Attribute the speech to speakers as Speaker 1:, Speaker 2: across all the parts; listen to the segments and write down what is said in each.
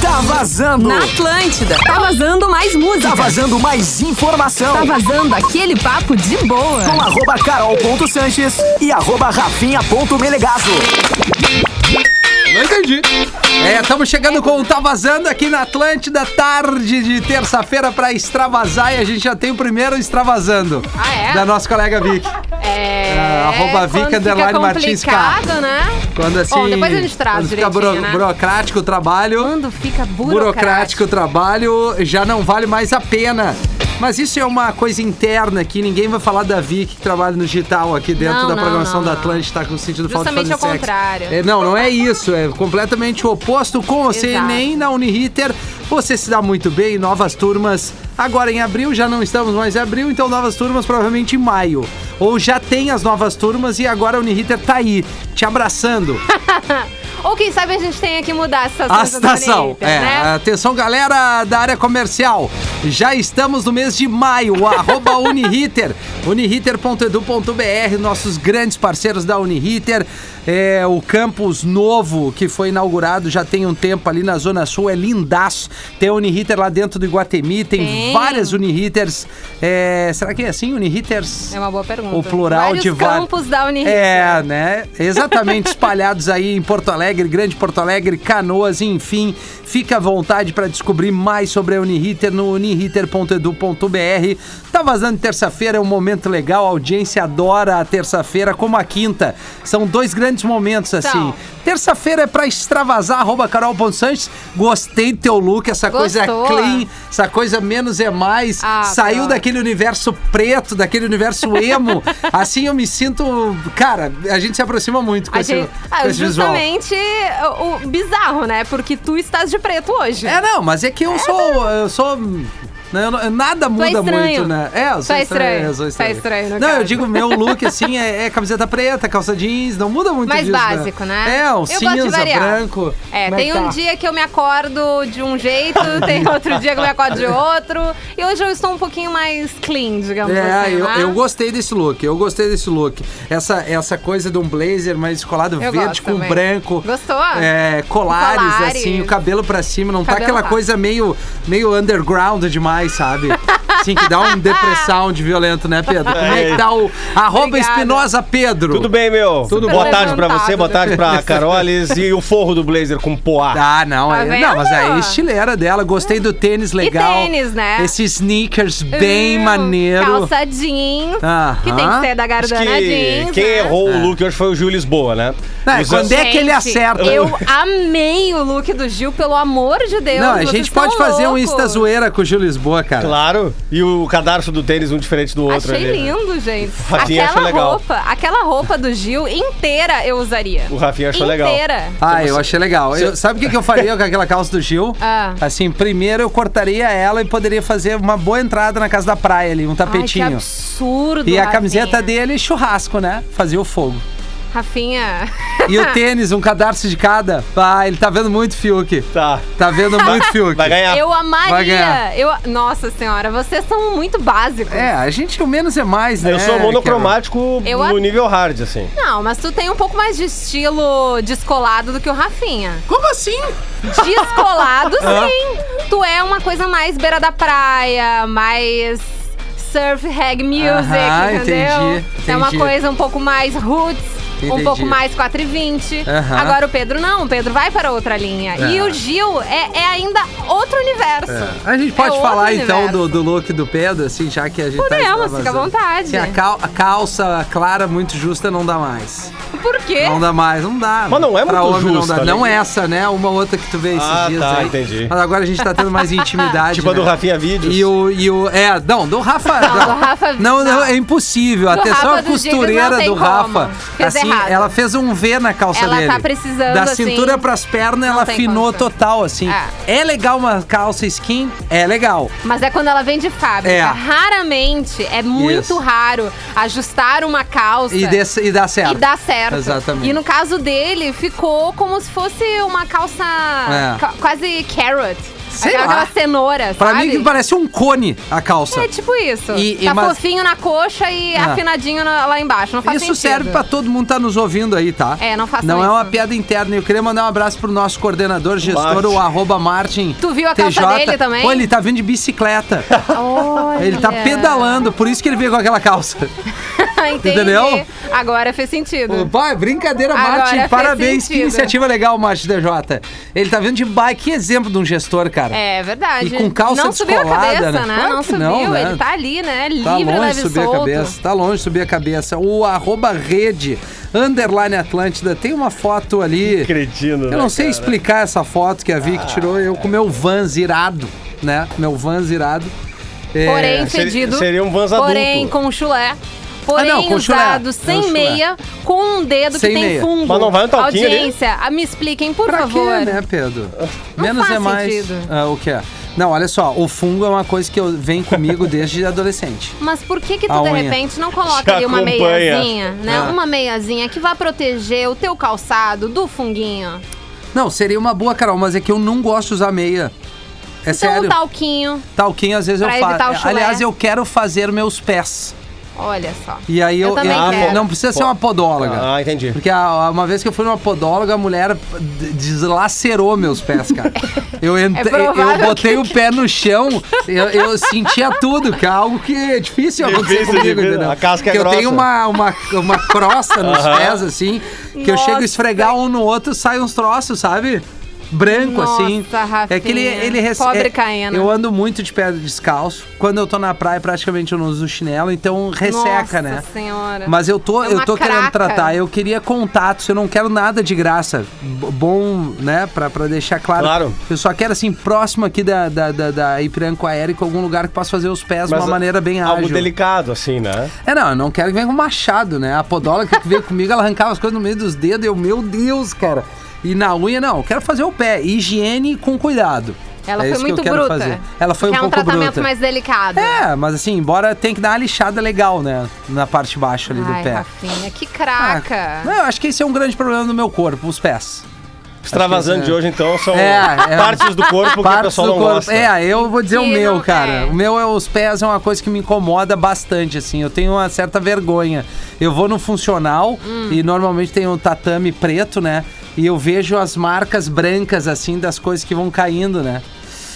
Speaker 1: tá vazando.
Speaker 2: Na Atlântida. Tá vazando mais música.
Speaker 1: Tá vazando mais informação.
Speaker 2: Tá vazando aquele papo de boa.
Speaker 1: Com arroba carol.sanches e arroba rafinha.melegazo.
Speaker 3: Não entendi. É, estamos chegando com o Tá Vazando aqui na Atlântida, tarde de terça-feira para extravasar e a gente já tem o primeiro extravasando
Speaker 4: Ah, é?
Speaker 3: da nossa colega Vic.
Speaker 4: É.
Speaker 3: Ah, arroba Vic,
Speaker 4: quando fica
Speaker 3: underline Martins K.
Speaker 4: complicado, né?
Speaker 3: Quando assim.
Speaker 4: Bom, depois a gente traz
Speaker 3: quando fica
Speaker 4: direitinho,
Speaker 3: buro-
Speaker 4: né?
Speaker 3: burocrático o trabalho.
Speaker 4: Quando fica burocrático.
Speaker 3: burocrático o trabalho, já não vale mais a pena. Mas isso é uma coisa interna aqui, ninguém vai falar da Vic que trabalha no digital aqui dentro
Speaker 4: Não,
Speaker 3: da
Speaker 4: não,
Speaker 3: programação
Speaker 4: não,
Speaker 3: da
Speaker 4: não.
Speaker 3: Atlântida, tá com sentido falta de
Speaker 4: Justamente
Speaker 3: fazer
Speaker 4: ao
Speaker 3: sexo.
Speaker 4: contrário.
Speaker 3: É, não, não é isso, é completamente o oposto com você
Speaker 4: Exato.
Speaker 3: nem na Uniriter. Você se dá muito bem, novas turmas. Agora em abril já não estamos mais em abril, então novas turmas provavelmente em maio. Ou já tem as novas turmas e agora a Uniriter tá aí, te abraçando.
Speaker 4: Ou quem sabe a gente tenha que mudar essa
Speaker 3: A
Speaker 4: estação.
Speaker 3: estação.
Speaker 4: bonita,
Speaker 3: É,
Speaker 4: né?
Speaker 3: atenção, galera da área comercial. Já estamos no mês de maio. O arroba Uniriter. Uniriter.edu.br, nossos grandes parceiros da Uniriter. É, o campus novo que foi inaugurado já tem um tempo ali na Zona Sul. É lindaço. Tem a Uniriter lá dentro do Iguatemi. Tem,
Speaker 4: Tem.
Speaker 3: várias Uniriters. É, será que é assim? Unirriters?
Speaker 4: É uma boa pergunta.
Speaker 3: O plural
Speaker 4: Vários
Speaker 3: de vários.
Speaker 4: campos da Uniriter.
Speaker 3: É, né? Exatamente, espalhados aí em Porto Alegre, Grande Porto Alegre, Canoas, enfim. Fica à vontade para descobrir mais sobre a Uniriter no uniriter.edu.br. Tá vazando terça-feira, é um momento legal, a audiência adora a terça-feira, como a quinta. São dois grandes momentos, assim.
Speaker 4: São.
Speaker 3: Terça-feira é pra extravasar, arroba Carol Ponsanches. Gostei do teu look, essa
Speaker 4: Gostou?
Speaker 3: coisa clean, essa coisa menos é mais.
Speaker 4: Ah,
Speaker 3: Saiu
Speaker 4: Carol.
Speaker 3: daqui daquele universo preto, daquele universo emo. assim eu me sinto. Cara, a gente se aproxima muito com
Speaker 4: A
Speaker 3: esse,
Speaker 4: gente, ah,
Speaker 3: com esse visual.
Speaker 4: justamente o, o bizarro, né? Porque tu estás de preto hoje.
Speaker 3: É, não, mas é que eu sou. Eu sou. né, eu não- nada muda
Speaker 4: estranho.
Speaker 3: muito, né? É, eu
Speaker 4: Tu
Speaker 3: sou
Speaker 4: é
Speaker 3: estranho.
Speaker 4: estranho.
Speaker 3: eu sou
Speaker 4: Tu é estranho, no
Speaker 3: não, eu
Speaker 4: caso.
Speaker 3: digo, meu look, assim, é, é camiseta preta, calça jeans, não muda muito
Speaker 4: Mais
Speaker 3: disso,
Speaker 4: básico, né?
Speaker 3: É, um
Speaker 4: Eu gosto de
Speaker 3: cinza,
Speaker 4: variar.
Speaker 3: branco.
Speaker 4: É,
Speaker 3: Como
Speaker 4: tem
Speaker 3: que
Speaker 4: um
Speaker 3: tá?
Speaker 4: dia que eu me acordo de um jeito, tem outro dia que eu me acordo de outro. E hoje eu estou um pouquinho mais clean, digamos
Speaker 3: É,
Speaker 4: assim.
Speaker 3: eu,
Speaker 4: né?
Speaker 3: eu gostei desse look, eu gostei desse look. Essa, essa coisa de um blazer mais descolado,
Speaker 4: Eu
Speaker 3: verde
Speaker 4: gosto
Speaker 3: com
Speaker 4: também.
Speaker 3: branco.
Speaker 4: Gostou?
Speaker 3: É, colares,
Speaker 4: Colares.
Speaker 3: assim, o cabelo pra cima. Não tá
Speaker 4: Cabelo
Speaker 3: aquela
Speaker 4: tá.
Speaker 3: coisa meio, meio underground demais, sabe? Assim, que dá um depressão de violento, né, Pedro? Como é que tá o... Arroba
Speaker 4: Obrigada.
Speaker 3: Espinosa Pedro.
Speaker 5: Tudo bem, meu?
Speaker 3: Tudo
Speaker 5: boa
Speaker 4: bom.
Speaker 5: tarde pra
Speaker 4: Levantado,
Speaker 5: você, boa
Speaker 4: né?
Speaker 5: tarde pra Carolis e o forro do blazer com poá.
Speaker 3: Ah, não,
Speaker 4: Tá
Speaker 3: é,
Speaker 4: vendo?
Speaker 3: não, mas é a estileira dela. Gostei do tênis legal.
Speaker 4: tênis, né?
Speaker 3: Esse sneakers bem
Speaker 4: Viu?
Speaker 3: maneiro.
Speaker 4: Calça jeans,
Speaker 3: Aham.
Speaker 4: que tem que ser da
Speaker 5: Diz
Speaker 4: Gardana
Speaker 5: que
Speaker 4: jeans.
Speaker 5: quem
Speaker 4: né?
Speaker 5: errou o look hoje foi o Gil Lisboa, né?
Speaker 3: É,
Speaker 5: Os
Speaker 3: quando é que ele
Speaker 4: Gente,
Speaker 3: acerta?
Speaker 4: Eu amei o look do Gil, pelo amor de Deus.
Speaker 3: Não, a
Speaker 4: vocês
Speaker 3: gente pode
Speaker 4: são
Speaker 3: fazer um
Speaker 4: loucos.
Speaker 3: Insta zoeira com o Gil Lisboa, cara.
Speaker 5: Claro. E o cadarço do tênis um diferente do outro
Speaker 4: Achei
Speaker 5: ali, né?
Speaker 4: lindo, gente.
Speaker 5: Rafinha achou
Speaker 4: aquela
Speaker 5: legal.
Speaker 4: roupa, aquela roupa do Gil inteira eu usaria.
Speaker 5: O Rafinha achou
Speaker 4: inteira.
Speaker 5: legal. Então
Speaker 3: Ah, eu achei legal. Eu- sabe o que, que eu faria com aquela calça do Gil?
Speaker 4: Ah.
Speaker 3: Assim, primeiro eu cortaria ela e poderia fazer uma boa entrada na casa da praia ali, um
Speaker 4: Ai, que
Speaker 3: tapetinho.
Speaker 4: absurdo,
Speaker 3: e a
Speaker 4: Rafinha.
Speaker 3: camiseta dele, churrasco, né? Fazia o fogo.
Speaker 4: Rafinha.
Speaker 3: E o tênis, um cadarço de cada. Ah, ele tá vendo muito Fiuk.
Speaker 5: Tá.
Speaker 3: Tá vendo muito Fiuk.
Speaker 5: Vai ganhar.
Speaker 4: Eu
Speaker 3: Vai ganhar.
Speaker 4: amaria. Eu, nossa senhora, vocês são muito básicos.
Speaker 3: É, a gente o menos é mais, né?
Speaker 5: Eu sou monocromático
Speaker 4: Eu
Speaker 5: no
Speaker 4: ad-
Speaker 5: nível hard, assim.
Speaker 4: Não, mas tu tem um pouco mais de estilo descolado do que o Rafinha.
Speaker 3: cara? Como assim?
Speaker 4: Descolado, sim. Tu é uma coisa mais beira da praia, mais surf, reggae music,
Speaker 3: Aham,
Speaker 4: entendeu?
Speaker 3: entendi,
Speaker 4: É uma
Speaker 3: entendi.
Speaker 4: coisa um pouco mais roots.
Speaker 3: Entendi.
Speaker 4: Um pouco mais 4 e 20.
Speaker 3: Aham.
Speaker 4: Agora o Pedro não, o Pedro vai para outra linha. E
Speaker 3: É.
Speaker 4: o Gil é, é ainda outro universo.
Speaker 3: A gente
Speaker 4: É
Speaker 3: pode
Speaker 4: outro
Speaker 3: falar então
Speaker 4: universo.
Speaker 3: do, do look do Pedro, assim, já que a gente tá
Speaker 4: Podemos,
Speaker 3: extravasando.
Speaker 4: fica à vontade.
Speaker 3: Assim, a, cal- a calça clara, muito justa, não dá mais.
Speaker 4: Por quê?
Speaker 3: Não dá mais, não dá.
Speaker 5: Mas não é
Speaker 3: Pra
Speaker 5: muito
Speaker 3: homem não
Speaker 5: justa,
Speaker 3: dá.
Speaker 5: né?
Speaker 3: Não, essa, né? Uma outra que tu vê esses
Speaker 5: Ah,
Speaker 3: dias
Speaker 5: tá,
Speaker 3: aí.
Speaker 5: entendi.
Speaker 3: Mas agora a gente tá tendo mais intimidade.
Speaker 5: Tipo a do
Speaker 3: né?
Speaker 5: Rafinha Vídeos.
Speaker 3: E o, e o. É, não, do Rafa.
Speaker 4: Não, do Rafa-
Speaker 3: Não, não,
Speaker 4: não.
Speaker 3: é impossível.
Speaker 4: Do
Speaker 3: Atenção
Speaker 4: Rafa
Speaker 3: a
Speaker 4: do Diggs
Speaker 3: costureira
Speaker 4: não tem
Speaker 3: do
Speaker 4: como.
Speaker 3: Rafa.
Speaker 4: Fez
Speaker 3: assim,
Speaker 4: errado.
Speaker 3: ela fez um V na calça
Speaker 4: Ela
Speaker 3: dele.
Speaker 4: tá precisando,
Speaker 3: Da
Speaker 4: assim,
Speaker 3: cintura pras pernas, ela
Speaker 4: tem
Speaker 3: afinou
Speaker 4: condição.
Speaker 3: total, assim. É. legal uma calça skin? É legal.
Speaker 4: Mas é quando ela vem de fábrica.
Speaker 3: É.
Speaker 4: Raramente, é muito
Speaker 3: Isso.
Speaker 4: raro ajustar uma calça.
Speaker 3: E, desse- e dá certo.
Speaker 4: E dá certo.
Speaker 3: Exatamente.
Speaker 4: E no caso dele, ficou como se fosse uma calça
Speaker 3: É.
Speaker 4: ca- quase carrot.
Speaker 3: Sei
Speaker 4: aquela,
Speaker 3: lá.
Speaker 4: aquela cenoura,
Speaker 3: Pra
Speaker 4: sabe?
Speaker 3: mim que parece um cone a calça.
Speaker 4: É tipo isso.
Speaker 3: E- e
Speaker 4: tá
Speaker 3: mas-
Speaker 4: fofinho na coxa e
Speaker 3: Ah.
Speaker 4: afinadinho na- lá embaixo. Não faz
Speaker 3: Isso
Speaker 4: sentido.
Speaker 3: serve pra todo mundo que tá nos ouvindo aí, tá?
Speaker 4: É, não façam
Speaker 3: Não é
Speaker 4: isso.
Speaker 3: uma piada interna. Eu queria mandar um abraço pro nosso coordenador, gestor,
Speaker 5: Martin.
Speaker 3: o arroba Martin.
Speaker 4: Tu viu a calça dele também? É.
Speaker 3: Pô, ele tá vindo de bicicleta.
Speaker 4: Olha.
Speaker 3: ele tá pedalando, por isso que ele veio com aquela calça.
Speaker 4: Entendi.
Speaker 3: Entendeu?
Speaker 4: Agora fez sentido.
Speaker 3: Ô, Pai, brincadeira,
Speaker 4: Agora
Speaker 3: Martin.
Speaker 4: fez
Speaker 3: Parabéns. Que
Speaker 4: sentido.
Speaker 3: iniciativa legal, Martin DJ. Ele tá vindo de bike. Que exemplo de um gestor, cara.
Speaker 4: É verdade.
Speaker 3: E com calça
Speaker 4: Não subiu a
Speaker 3: descolada,
Speaker 4: cabeça,
Speaker 3: né?
Speaker 4: né?
Speaker 3: Claro
Speaker 4: não
Speaker 3: que
Speaker 4: subiu.
Speaker 3: não, né?
Speaker 4: Ele tá ali, né? Livre,
Speaker 3: Tá longe
Speaker 4: leve
Speaker 3: de subir
Speaker 4: solto.
Speaker 3: a cabeça, tá longe de subir a cabeça. O arroba rede, underline Atlântida, tem uma foto ali.
Speaker 5: Acredito,
Speaker 3: Eu não sei explicar essa foto que a Vic tirou, eu com meu Vans irado, né? Meu Vans irado. É,
Speaker 4: Porém,
Speaker 5: seria-
Speaker 4: fedido.
Speaker 5: seria um Vans
Speaker 4: Porém,
Speaker 5: adulto.
Speaker 4: com chulé. Porém,
Speaker 3: Ah, não, com chulé.
Speaker 4: usado sem
Speaker 3: Com chulé.
Speaker 4: meia, com um dedo
Speaker 3: Sem
Speaker 4: que tem
Speaker 3: meia.
Speaker 4: fungo.
Speaker 5: Mas não vai um talquinho ali?
Speaker 4: Audiência, ah, me expliquem, por
Speaker 3: pra
Speaker 4: favor.
Speaker 3: quê, né, Pedro?
Speaker 4: Não
Speaker 3: Menos
Speaker 4: faz
Speaker 3: é mais.
Speaker 4: sentido.
Speaker 3: Ah, o que é? Não, olha só, o fungo é uma coisa que eu vem comigo desde adolescente.
Speaker 4: Mas por que que tu,
Speaker 3: A
Speaker 4: de
Speaker 3: unha.
Speaker 4: repente, não coloca
Speaker 5: Já
Speaker 4: ali uma
Speaker 5: acompanha.
Speaker 4: meiazinha, né?
Speaker 3: Ah.
Speaker 4: Uma meiazinha que vá proteger o teu calçado do
Speaker 3: É
Speaker 4: funguinho.
Speaker 3: Não, seria uma boa, Carol, mas é que eu não gosto de usar meia. É
Speaker 4: Então,
Speaker 3: sério.
Speaker 4: um talquinho.
Speaker 3: Talquinho às vezes
Speaker 4: Pra
Speaker 3: eu
Speaker 4: evitar o
Speaker 3: faço.
Speaker 4: chulé.
Speaker 3: Aliás, eu quero fazer meus pés.
Speaker 4: Olha só.
Speaker 3: E aí eu,
Speaker 4: também
Speaker 3: eu-
Speaker 4: quero.
Speaker 3: não precisa ser uma podóloga.
Speaker 5: Ah, entendi.
Speaker 3: Porque a- a- uma vez que eu fui numa podóloga, a mulher d- deslacerou meus pés, cara. Eu, ent-
Speaker 4: É
Speaker 3: eu
Speaker 4: provável
Speaker 3: botei o pé no chão, eu, eu sentia tudo, que é algo que é difícil acontecer
Speaker 5: Difícil,
Speaker 3: comigo,
Speaker 5: difícil.
Speaker 3: entendeu?
Speaker 5: A casca é
Speaker 3: Porque eu tenho
Speaker 5: grossa.
Speaker 3: uma, uma, uma crosta nos
Speaker 5: Aham.
Speaker 3: pés, assim, que eu chego a
Speaker 4: Nossa.
Speaker 3: esfregar um no outro, sai uns troços, sabe? Branco,
Speaker 4: Nossa,
Speaker 3: assim. É que ele,
Speaker 4: Rafinha.
Speaker 3: ele rece-
Speaker 4: Pobre
Speaker 3: é-
Speaker 4: Caena.
Speaker 3: Eu ando muito de pé descalço. Quando eu tô na praia, praticamente eu não uso chinelo, então resseca,
Speaker 4: Nossa
Speaker 3: né?
Speaker 4: senhora.
Speaker 3: Mas eu tô,
Speaker 4: É
Speaker 3: eu
Speaker 4: uma
Speaker 3: tô querendo
Speaker 4: craca.
Speaker 3: tratar. Eu queria contatos, eu não quero nada de graça. B- Bom, né? Pra, pra deixar claro.
Speaker 5: Claro.
Speaker 3: Eu só quero, assim, próximo aqui da, da, da, da Ipiranco Aérico, algum lugar que possa fazer os pés de
Speaker 5: Mas
Speaker 3: uma maneira bem
Speaker 5: Algo
Speaker 3: ágil.
Speaker 5: delicado, assim, né?
Speaker 3: É, não, eu não quero que venha com machado, né? A podóloga que veio comigo, ela arrancava as coisas no meio dos dedos. Eu, meu Deus, cara. E na unha, não. Eu quero fazer o pé. Higiene com cuidado.
Speaker 4: Ela foi
Speaker 3: É isso que eu
Speaker 4: muito
Speaker 3: quero
Speaker 4: bruta.
Speaker 3: fazer. Ela foi um
Speaker 4: Quer
Speaker 3: pouco
Speaker 4: um tratamento
Speaker 3: bruta.
Speaker 4: mais delicado.
Speaker 3: É, mas assim, embora tem que dar uma lixada legal, né? Na parte de baixo ali
Speaker 4: Ai,
Speaker 3: do pé.
Speaker 4: Rafinha, que
Speaker 3: Ah,
Speaker 4: craca.
Speaker 3: não, eu acho que esse é um grande problema do meu corpo, os pés.
Speaker 5: Extravasante
Speaker 3: é.
Speaker 5: de hoje, então, são
Speaker 3: É, é.
Speaker 5: partes do corpo que o pessoal não gosta.
Speaker 3: É, eu vou dizer o
Speaker 4: Que
Speaker 3: meu,
Speaker 4: não
Speaker 3: cara.
Speaker 4: é.
Speaker 3: O meu é os pés, é uma coisa que me incomoda bastante, assim. Eu tenho uma certa vergonha. Eu vou no funcional
Speaker 4: Hum.
Speaker 3: e normalmente tem um tatame preto, né? E eu vejo as marcas brancas, assim, das coisas que vão caindo, né?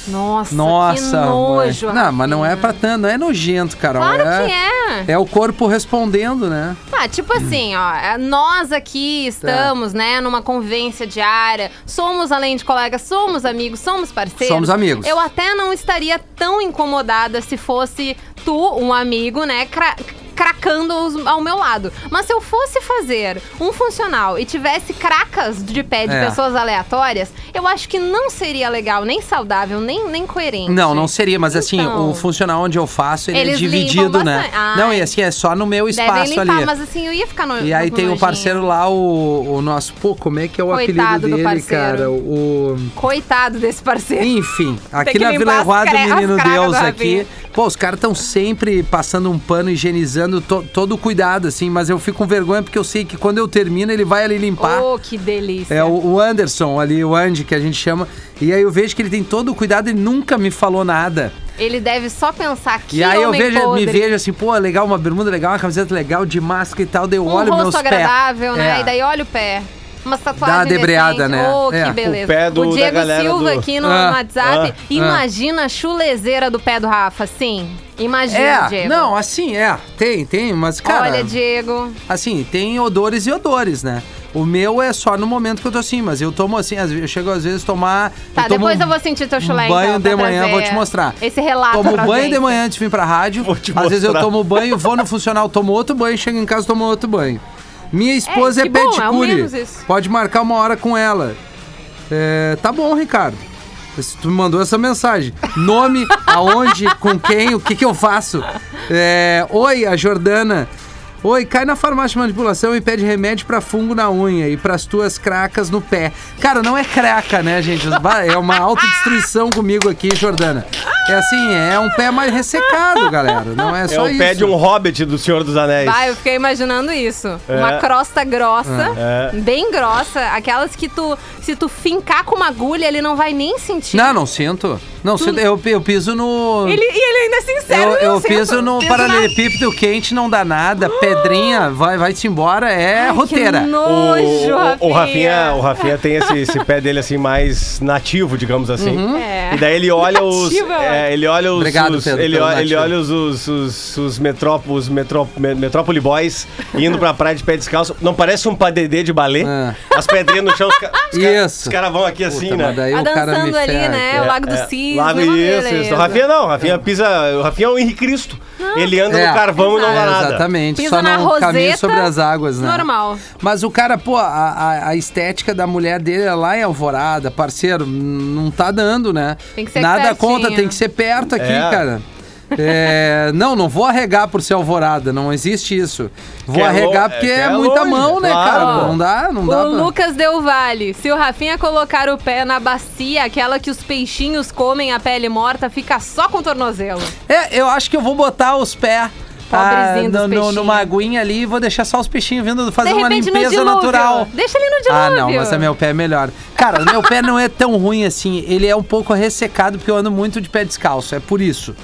Speaker 4: Nossa,
Speaker 3: Nossa,
Speaker 4: que
Speaker 3: mãe.
Speaker 4: é nojo.
Speaker 3: Não, mas não é
Speaker 4: Rafinha.
Speaker 3: pra tanto, não é nojento, Carol.
Speaker 4: Claro que é.
Speaker 3: É o corpo respondendo, né?
Speaker 4: Ah, tipo assim, ó, é, nós aqui estamos, né, numa convivência diária, somos além de colegas, somos amigos, somos parceiros.
Speaker 3: Somos amigos.
Speaker 4: Eu até não estaria tão incomodada se fosse tu, um amigo, né, cra- cracando os- ao meu lado. Mas se eu fosse fazer um funcional e tivesse cracas de pé de
Speaker 3: É.
Speaker 4: pessoas aleatórias, eu acho que não seria legal, nem saudável, nem, nem coerente.
Speaker 3: Não, não seria, mas assim,
Speaker 4: Então.
Speaker 3: o funcional onde eu faço, ele é
Speaker 4: Eles limpam
Speaker 3: dividido, né?
Speaker 4: bastante. Ah,
Speaker 3: não, e assim, é só no meu
Speaker 4: Devem
Speaker 3: espaço
Speaker 4: limpar,
Speaker 3: ali.
Speaker 4: mas assim, eu ia ficar no
Speaker 3: E aí
Speaker 4: no
Speaker 3: tem o
Speaker 4: nojinho.
Speaker 3: parceiro lá, o, o nosso. Pô, como é que é o
Speaker 4: Coitado do
Speaker 3: apelido dele,
Speaker 4: parceiro.
Speaker 3: cara? O.
Speaker 4: Coitado desse parceiro.
Speaker 3: Enfim, aqui
Speaker 4: que
Speaker 3: na
Speaker 4: limpar
Speaker 3: Vila
Speaker 4: as
Speaker 3: Errada,
Speaker 4: cre- as
Speaker 3: menino
Speaker 4: cracas
Speaker 3: Deus
Speaker 4: do
Speaker 3: aqui.
Speaker 4: Rafinha.
Speaker 3: Pô, os caras estão sempre passando um pano, higienizando to- todo o cuidado, assim, mas eu fico com vergonha porque eu sei que quando eu termino, ele vai ali limpar.
Speaker 4: Oh, que delícia.
Speaker 3: É o- o Anderson ali, o Andy, que a gente chama. E aí eu vejo que ele tem todo o cuidado e nunca me falou nada.
Speaker 4: Ele deve só pensar que
Speaker 3: E aí eu
Speaker 4: homem
Speaker 3: vejo,
Speaker 4: podre.
Speaker 3: me vejo assim, pô, legal, uma bermuda legal, uma camiseta legal, de máscara e tal, daí eu
Speaker 4: um
Speaker 3: olho meus
Speaker 4: rosto
Speaker 3: pés.
Speaker 4: agradável, né?
Speaker 3: É.
Speaker 4: E daí olha o pé. Uma tatuagem
Speaker 3: Dá uma debreada,
Speaker 4: decente.
Speaker 3: né?
Speaker 4: Oh,
Speaker 3: É.
Speaker 4: que beleza.
Speaker 5: O pé do- da
Speaker 4: Diego
Speaker 5: galera
Speaker 4: Silva
Speaker 5: do-
Speaker 4: aqui no
Speaker 3: Ah,
Speaker 4: WhatsApp.
Speaker 5: ah,
Speaker 4: imagina a chulezeira do pé do Rafa, sim. Imagina,
Speaker 3: É,
Speaker 4: Diego.
Speaker 3: não, assim, é, tem, tem, mas, cara,
Speaker 4: Olha, Diego.
Speaker 3: assim, tem odores e odores, né? O meu é só no momento que eu tô assim, mas eu tomo assim, às ve- eu chego às vezes a tomar...
Speaker 4: Tá,
Speaker 3: tomo
Speaker 4: depois
Speaker 3: um
Speaker 4: eu vou sentir teu chulé,
Speaker 3: banho
Speaker 4: então, pra
Speaker 3: de manhã,
Speaker 4: trazer
Speaker 3: vou te mostrar.
Speaker 4: Esse relato
Speaker 3: Tomo
Speaker 4: pra
Speaker 3: banho de
Speaker 4: audiência.
Speaker 3: manhã antes de vir pra rádio.
Speaker 5: Vou te
Speaker 3: Às vezes eu
Speaker 5: mostrar.
Speaker 3: tomo banho, vou no funcional, tomo outro banho, chego em casa, tomo outro banho. Minha esposa é,
Speaker 4: que bom, é ao
Speaker 3: pedicure.
Speaker 4: menos isso.
Speaker 3: Pode marcar uma hora com ela. É, tá bom, Ricardo. Se tu me mandou essa mensagem. Nome, aonde, com quem, o que que eu faço? É, Oi, a Jordana. Oi, cai na farmácia de manipulação e pede remédio pra fungo na unha e pras tuas cracas no pé. Cara, não é craca, né, gente? Bah, É uma autodestruição comigo aqui, Jordana. É assim, é um pé mais ressecado, galera. Não é
Speaker 5: É
Speaker 3: só
Speaker 5: o
Speaker 3: isso.
Speaker 5: pé de um hobbit do Senhor dos Anéis.
Speaker 4: Vai, eu fiquei imaginando isso.
Speaker 5: É.
Speaker 4: Uma crosta grossa,
Speaker 5: É.
Speaker 4: bem grossa, aquelas que tu, se tu fincar com uma agulha, ele não vai nem sentir.
Speaker 3: Não, não sinto. Não sinto. Eu, eu piso no.
Speaker 4: Ele, e ele ainda é sincero,
Speaker 3: eu
Speaker 4: eu,
Speaker 3: eu
Speaker 4: sinto.
Speaker 3: piso no
Speaker 4: Piso
Speaker 3: paralelepípedo quente, não dá nada. Pedrinha, vai- vai-te embora. É
Speaker 4: na- Ai,
Speaker 3: roteira.
Speaker 4: Que
Speaker 5: O,
Speaker 4: nojo,
Speaker 5: o, o Rafinha, o Rafinha tem esse, esse pé dele assim mais nativo, digamos assim.
Speaker 4: É.
Speaker 5: E daí ele olha os.
Speaker 4: Nativo, eu
Speaker 5: é, ele olha os.
Speaker 3: Obrigado,
Speaker 5: os-
Speaker 3: Pedro,
Speaker 5: ele,
Speaker 3: pelo
Speaker 5: olha, ele
Speaker 3: nativo.
Speaker 5: olha os, os, os, os metrópolis, metró, me- metrópole boys indo pra praia de pé descalço. Não parece um padedê de balé?
Speaker 3: Ah.
Speaker 5: As pedrinhas no chão, os, ca- os ca-
Speaker 3: Isso.
Speaker 5: os caras vão aqui assim,
Speaker 3: Puta,
Speaker 5: né?
Speaker 3: Então, mas daí
Speaker 4: Tá
Speaker 3: o cara me
Speaker 4: dançando ali,
Speaker 3: ferra
Speaker 4: né?
Speaker 3: aqui.
Speaker 4: o Lago
Speaker 5: É,
Speaker 4: do Cis.
Speaker 5: Lago,
Speaker 4: é uma
Speaker 5: isso, isso.
Speaker 4: beleza.
Speaker 5: O Rafinha não, o Rafinha pisa. O Rafinha é o Henrique Cristo. Ele anda
Speaker 3: É,
Speaker 5: no carvão e não dá
Speaker 4: exato.
Speaker 5: nada.
Speaker 3: Exatamente,
Speaker 4: Pisa
Speaker 3: só
Speaker 4: na
Speaker 3: não caminha
Speaker 4: roseta,
Speaker 3: sobre as águas, né?
Speaker 4: normal.
Speaker 3: Mas o cara, pô, a, a- a estética da mulher dele é lá em Alvorada, parceiro, n- não tá dando, né?
Speaker 4: Tem que ser
Speaker 3: Nada
Speaker 4: pertinho.
Speaker 3: conta, tem que ser perto aqui,
Speaker 5: É.
Speaker 3: cara. É, não, não vou arregar por ser Alvorada, não existe isso. Vou
Speaker 5: Que é
Speaker 3: arregar
Speaker 5: lo-
Speaker 3: porque
Speaker 5: é
Speaker 3: é,
Speaker 5: que é
Speaker 3: muita
Speaker 5: longe,
Speaker 3: mão, né,
Speaker 5: claro.
Speaker 3: cara? Não dá, não dá.
Speaker 4: O
Speaker 3: pra-
Speaker 4: Lucas Del Valle. Se o Rafinha colocar o pé na bacia, aquela que os peixinhos comem a pele morta, fica só com o tornozelo.
Speaker 3: É, eu acho que eu vou botar os pés. Ah,
Speaker 4: Pobrezinho dos
Speaker 3: no, no,
Speaker 4: peixinhos.
Speaker 3: numa aguinha ali e vou deixar só os peixinhos vindo fazer
Speaker 4: De
Speaker 3: uma
Speaker 4: repente no
Speaker 3: limpeza
Speaker 4: dilúvio.
Speaker 3: natural.
Speaker 4: Deixa ele no dilúvio.
Speaker 3: Ah, não, mas é meu pé é melhor. Cara, meu pé não é tão ruim assim. Ele é um pouco ressecado porque eu ando muito de pé descalço. É por isso.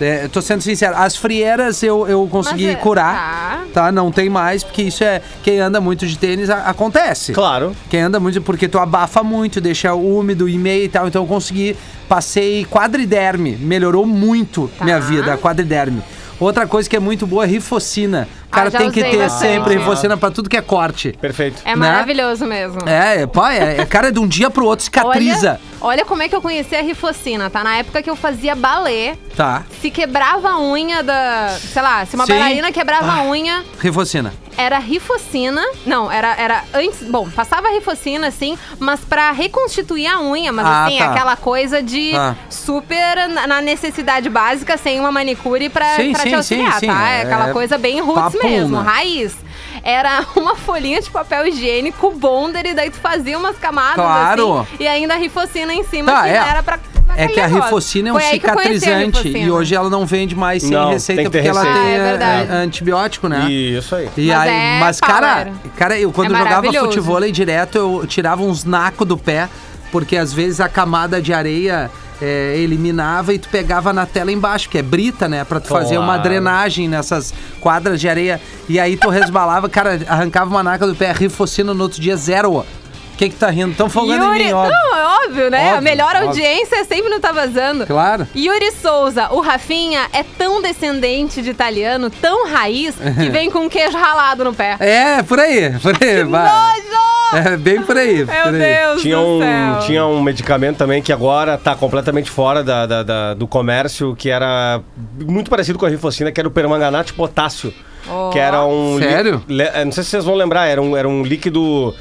Speaker 3: É, eu tô sendo sincero, as frieiras eu, eu consegui
Speaker 4: Mas é-
Speaker 3: curar, tá. Não tem mais, porque isso é. Quem anda muito de tênis a- acontece.
Speaker 5: Claro.
Speaker 3: Quem anda muito, porque tu abafa muito, deixa úmido e meio e tal. Então eu consegui, passei quadriderme, melhorou muito
Speaker 4: Tá.
Speaker 3: minha vida, quadriderme. Outra coisa que é muito boa é rifocina. O cara
Speaker 4: Ah, já
Speaker 3: tem que
Speaker 4: usei
Speaker 3: ter
Speaker 4: bastante.
Speaker 3: sempre rifocina pra tudo que é corte.
Speaker 5: Perfeito.
Speaker 4: É
Speaker 3: né?
Speaker 4: maravilhoso mesmo.
Speaker 3: É, é, pá, é, é cara de um dia pro outro, cicatriza.
Speaker 4: Olha, olha como é que eu conheci a rifocina, tá? Na época que eu fazia balé,
Speaker 3: Tá,
Speaker 4: se quebrava a unha da. Sei lá, se uma
Speaker 3: Sim. Ah.
Speaker 4: bailarina quebrava a unha,
Speaker 3: rifocina.
Speaker 4: era rifocina. Não, era, era antes. Bom, passava rifocina, assim, mas pra reconstituir a unha, mas
Speaker 3: Ah,
Speaker 4: assim,
Speaker 3: tá.
Speaker 4: aquela coisa de
Speaker 3: Tá.
Speaker 4: super na na necessidade básica, sem uma manicure pra,
Speaker 3: Sim,
Speaker 4: pra
Speaker 3: sim,
Speaker 4: te auxiliar,
Speaker 3: sim, sim.
Speaker 4: tá? É aquela
Speaker 3: É
Speaker 4: coisa bem roots
Speaker 3: papo
Speaker 4: mesmo,
Speaker 3: uma.
Speaker 4: raiz. Era uma folhinha de papel higiênico, bonder, e daí tu fazia umas camadas
Speaker 3: Claro.
Speaker 4: assim, e ainda a rifocina em cima,
Speaker 3: Tá,
Speaker 4: que
Speaker 3: é.
Speaker 4: era pra.
Speaker 3: É que a
Speaker 4: aquele negócio.
Speaker 3: rifocina é um
Speaker 4: Foi aí que eu conheci a
Speaker 3: cicatrizante e
Speaker 4: Rifocina.
Speaker 3: hoje ela não vende mais sem
Speaker 5: Não,
Speaker 3: receita
Speaker 5: tem que ter
Speaker 3: porque ela
Speaker 5: receita.
Speaker 3: tem
Speaker 4: Ah, é
Speaker 3: é,
Speaker 4: verdade.
Speaker 3: é, antibiótico, né?
Speaker 5: Isso aí.
Speaker 3: E
Speaker 4: Mas
Speaker 3: aí,
Speaker 4: é
Speaker 3: mas, cara,
Speaker 4: power.
Speaker 3: cara, eu quando
Speaker 4: É
Speaker 3: jogava
Speaker 4: maravilhoso.
Speaker 3: futevôlei direto, eu tirava uns nacos do pé, porque às vezes a camada de areia é, eliminava e tu pegava na tela embaixo, que é brita, né? Pra tu fazer uma
Speaker 5: Claro.
Speaker 3: drenagem nessas quadras de areia. E aí tu resbalava, cara, arrancava uma naca do pé, rifocina no outro dia, zero. O que que tá rindo? Tão folgando em mim,
Speaker 4: Yuri,
Speaker 3: ó.
Speaker 4: não, é óbvio, né? a
Speaker 3: Óbvio,
Speaker 4: melhor
Speaker 3: óbvio.
Speaker 4: audiência sempre não tá vazando.
Speaker 3: Claro.
Speaker 4: Yuri Souza, o Rafinha é tão descendente de italiano, tão raiz, que vem com um queijo ralado no pé.
Speaker 3: Uhum. É, por aí, por aí. vai.
Speaker 4: Nojo!
Speaker 3: É bem por aí, por
Speaker 4: Meu
Speaker 3: aí.
Speaker 4: Deus
Speaker 5: Tinha
Speaker 4: do
Speaker 5: um,
Speaker 4: céu.
Speaker 5: tinha um medicamento também que agora tá completamente fora da, da- da- do comércio, que era muito parecido com a rifocina, que era o permanganato de potássio.
Speaker 4: Ó.
Speaker 5: Que era um. li-
Speaker 3: Sério?
Speaker 5: le- eh, não sei se vocês vão lembrar, era um, era um líquido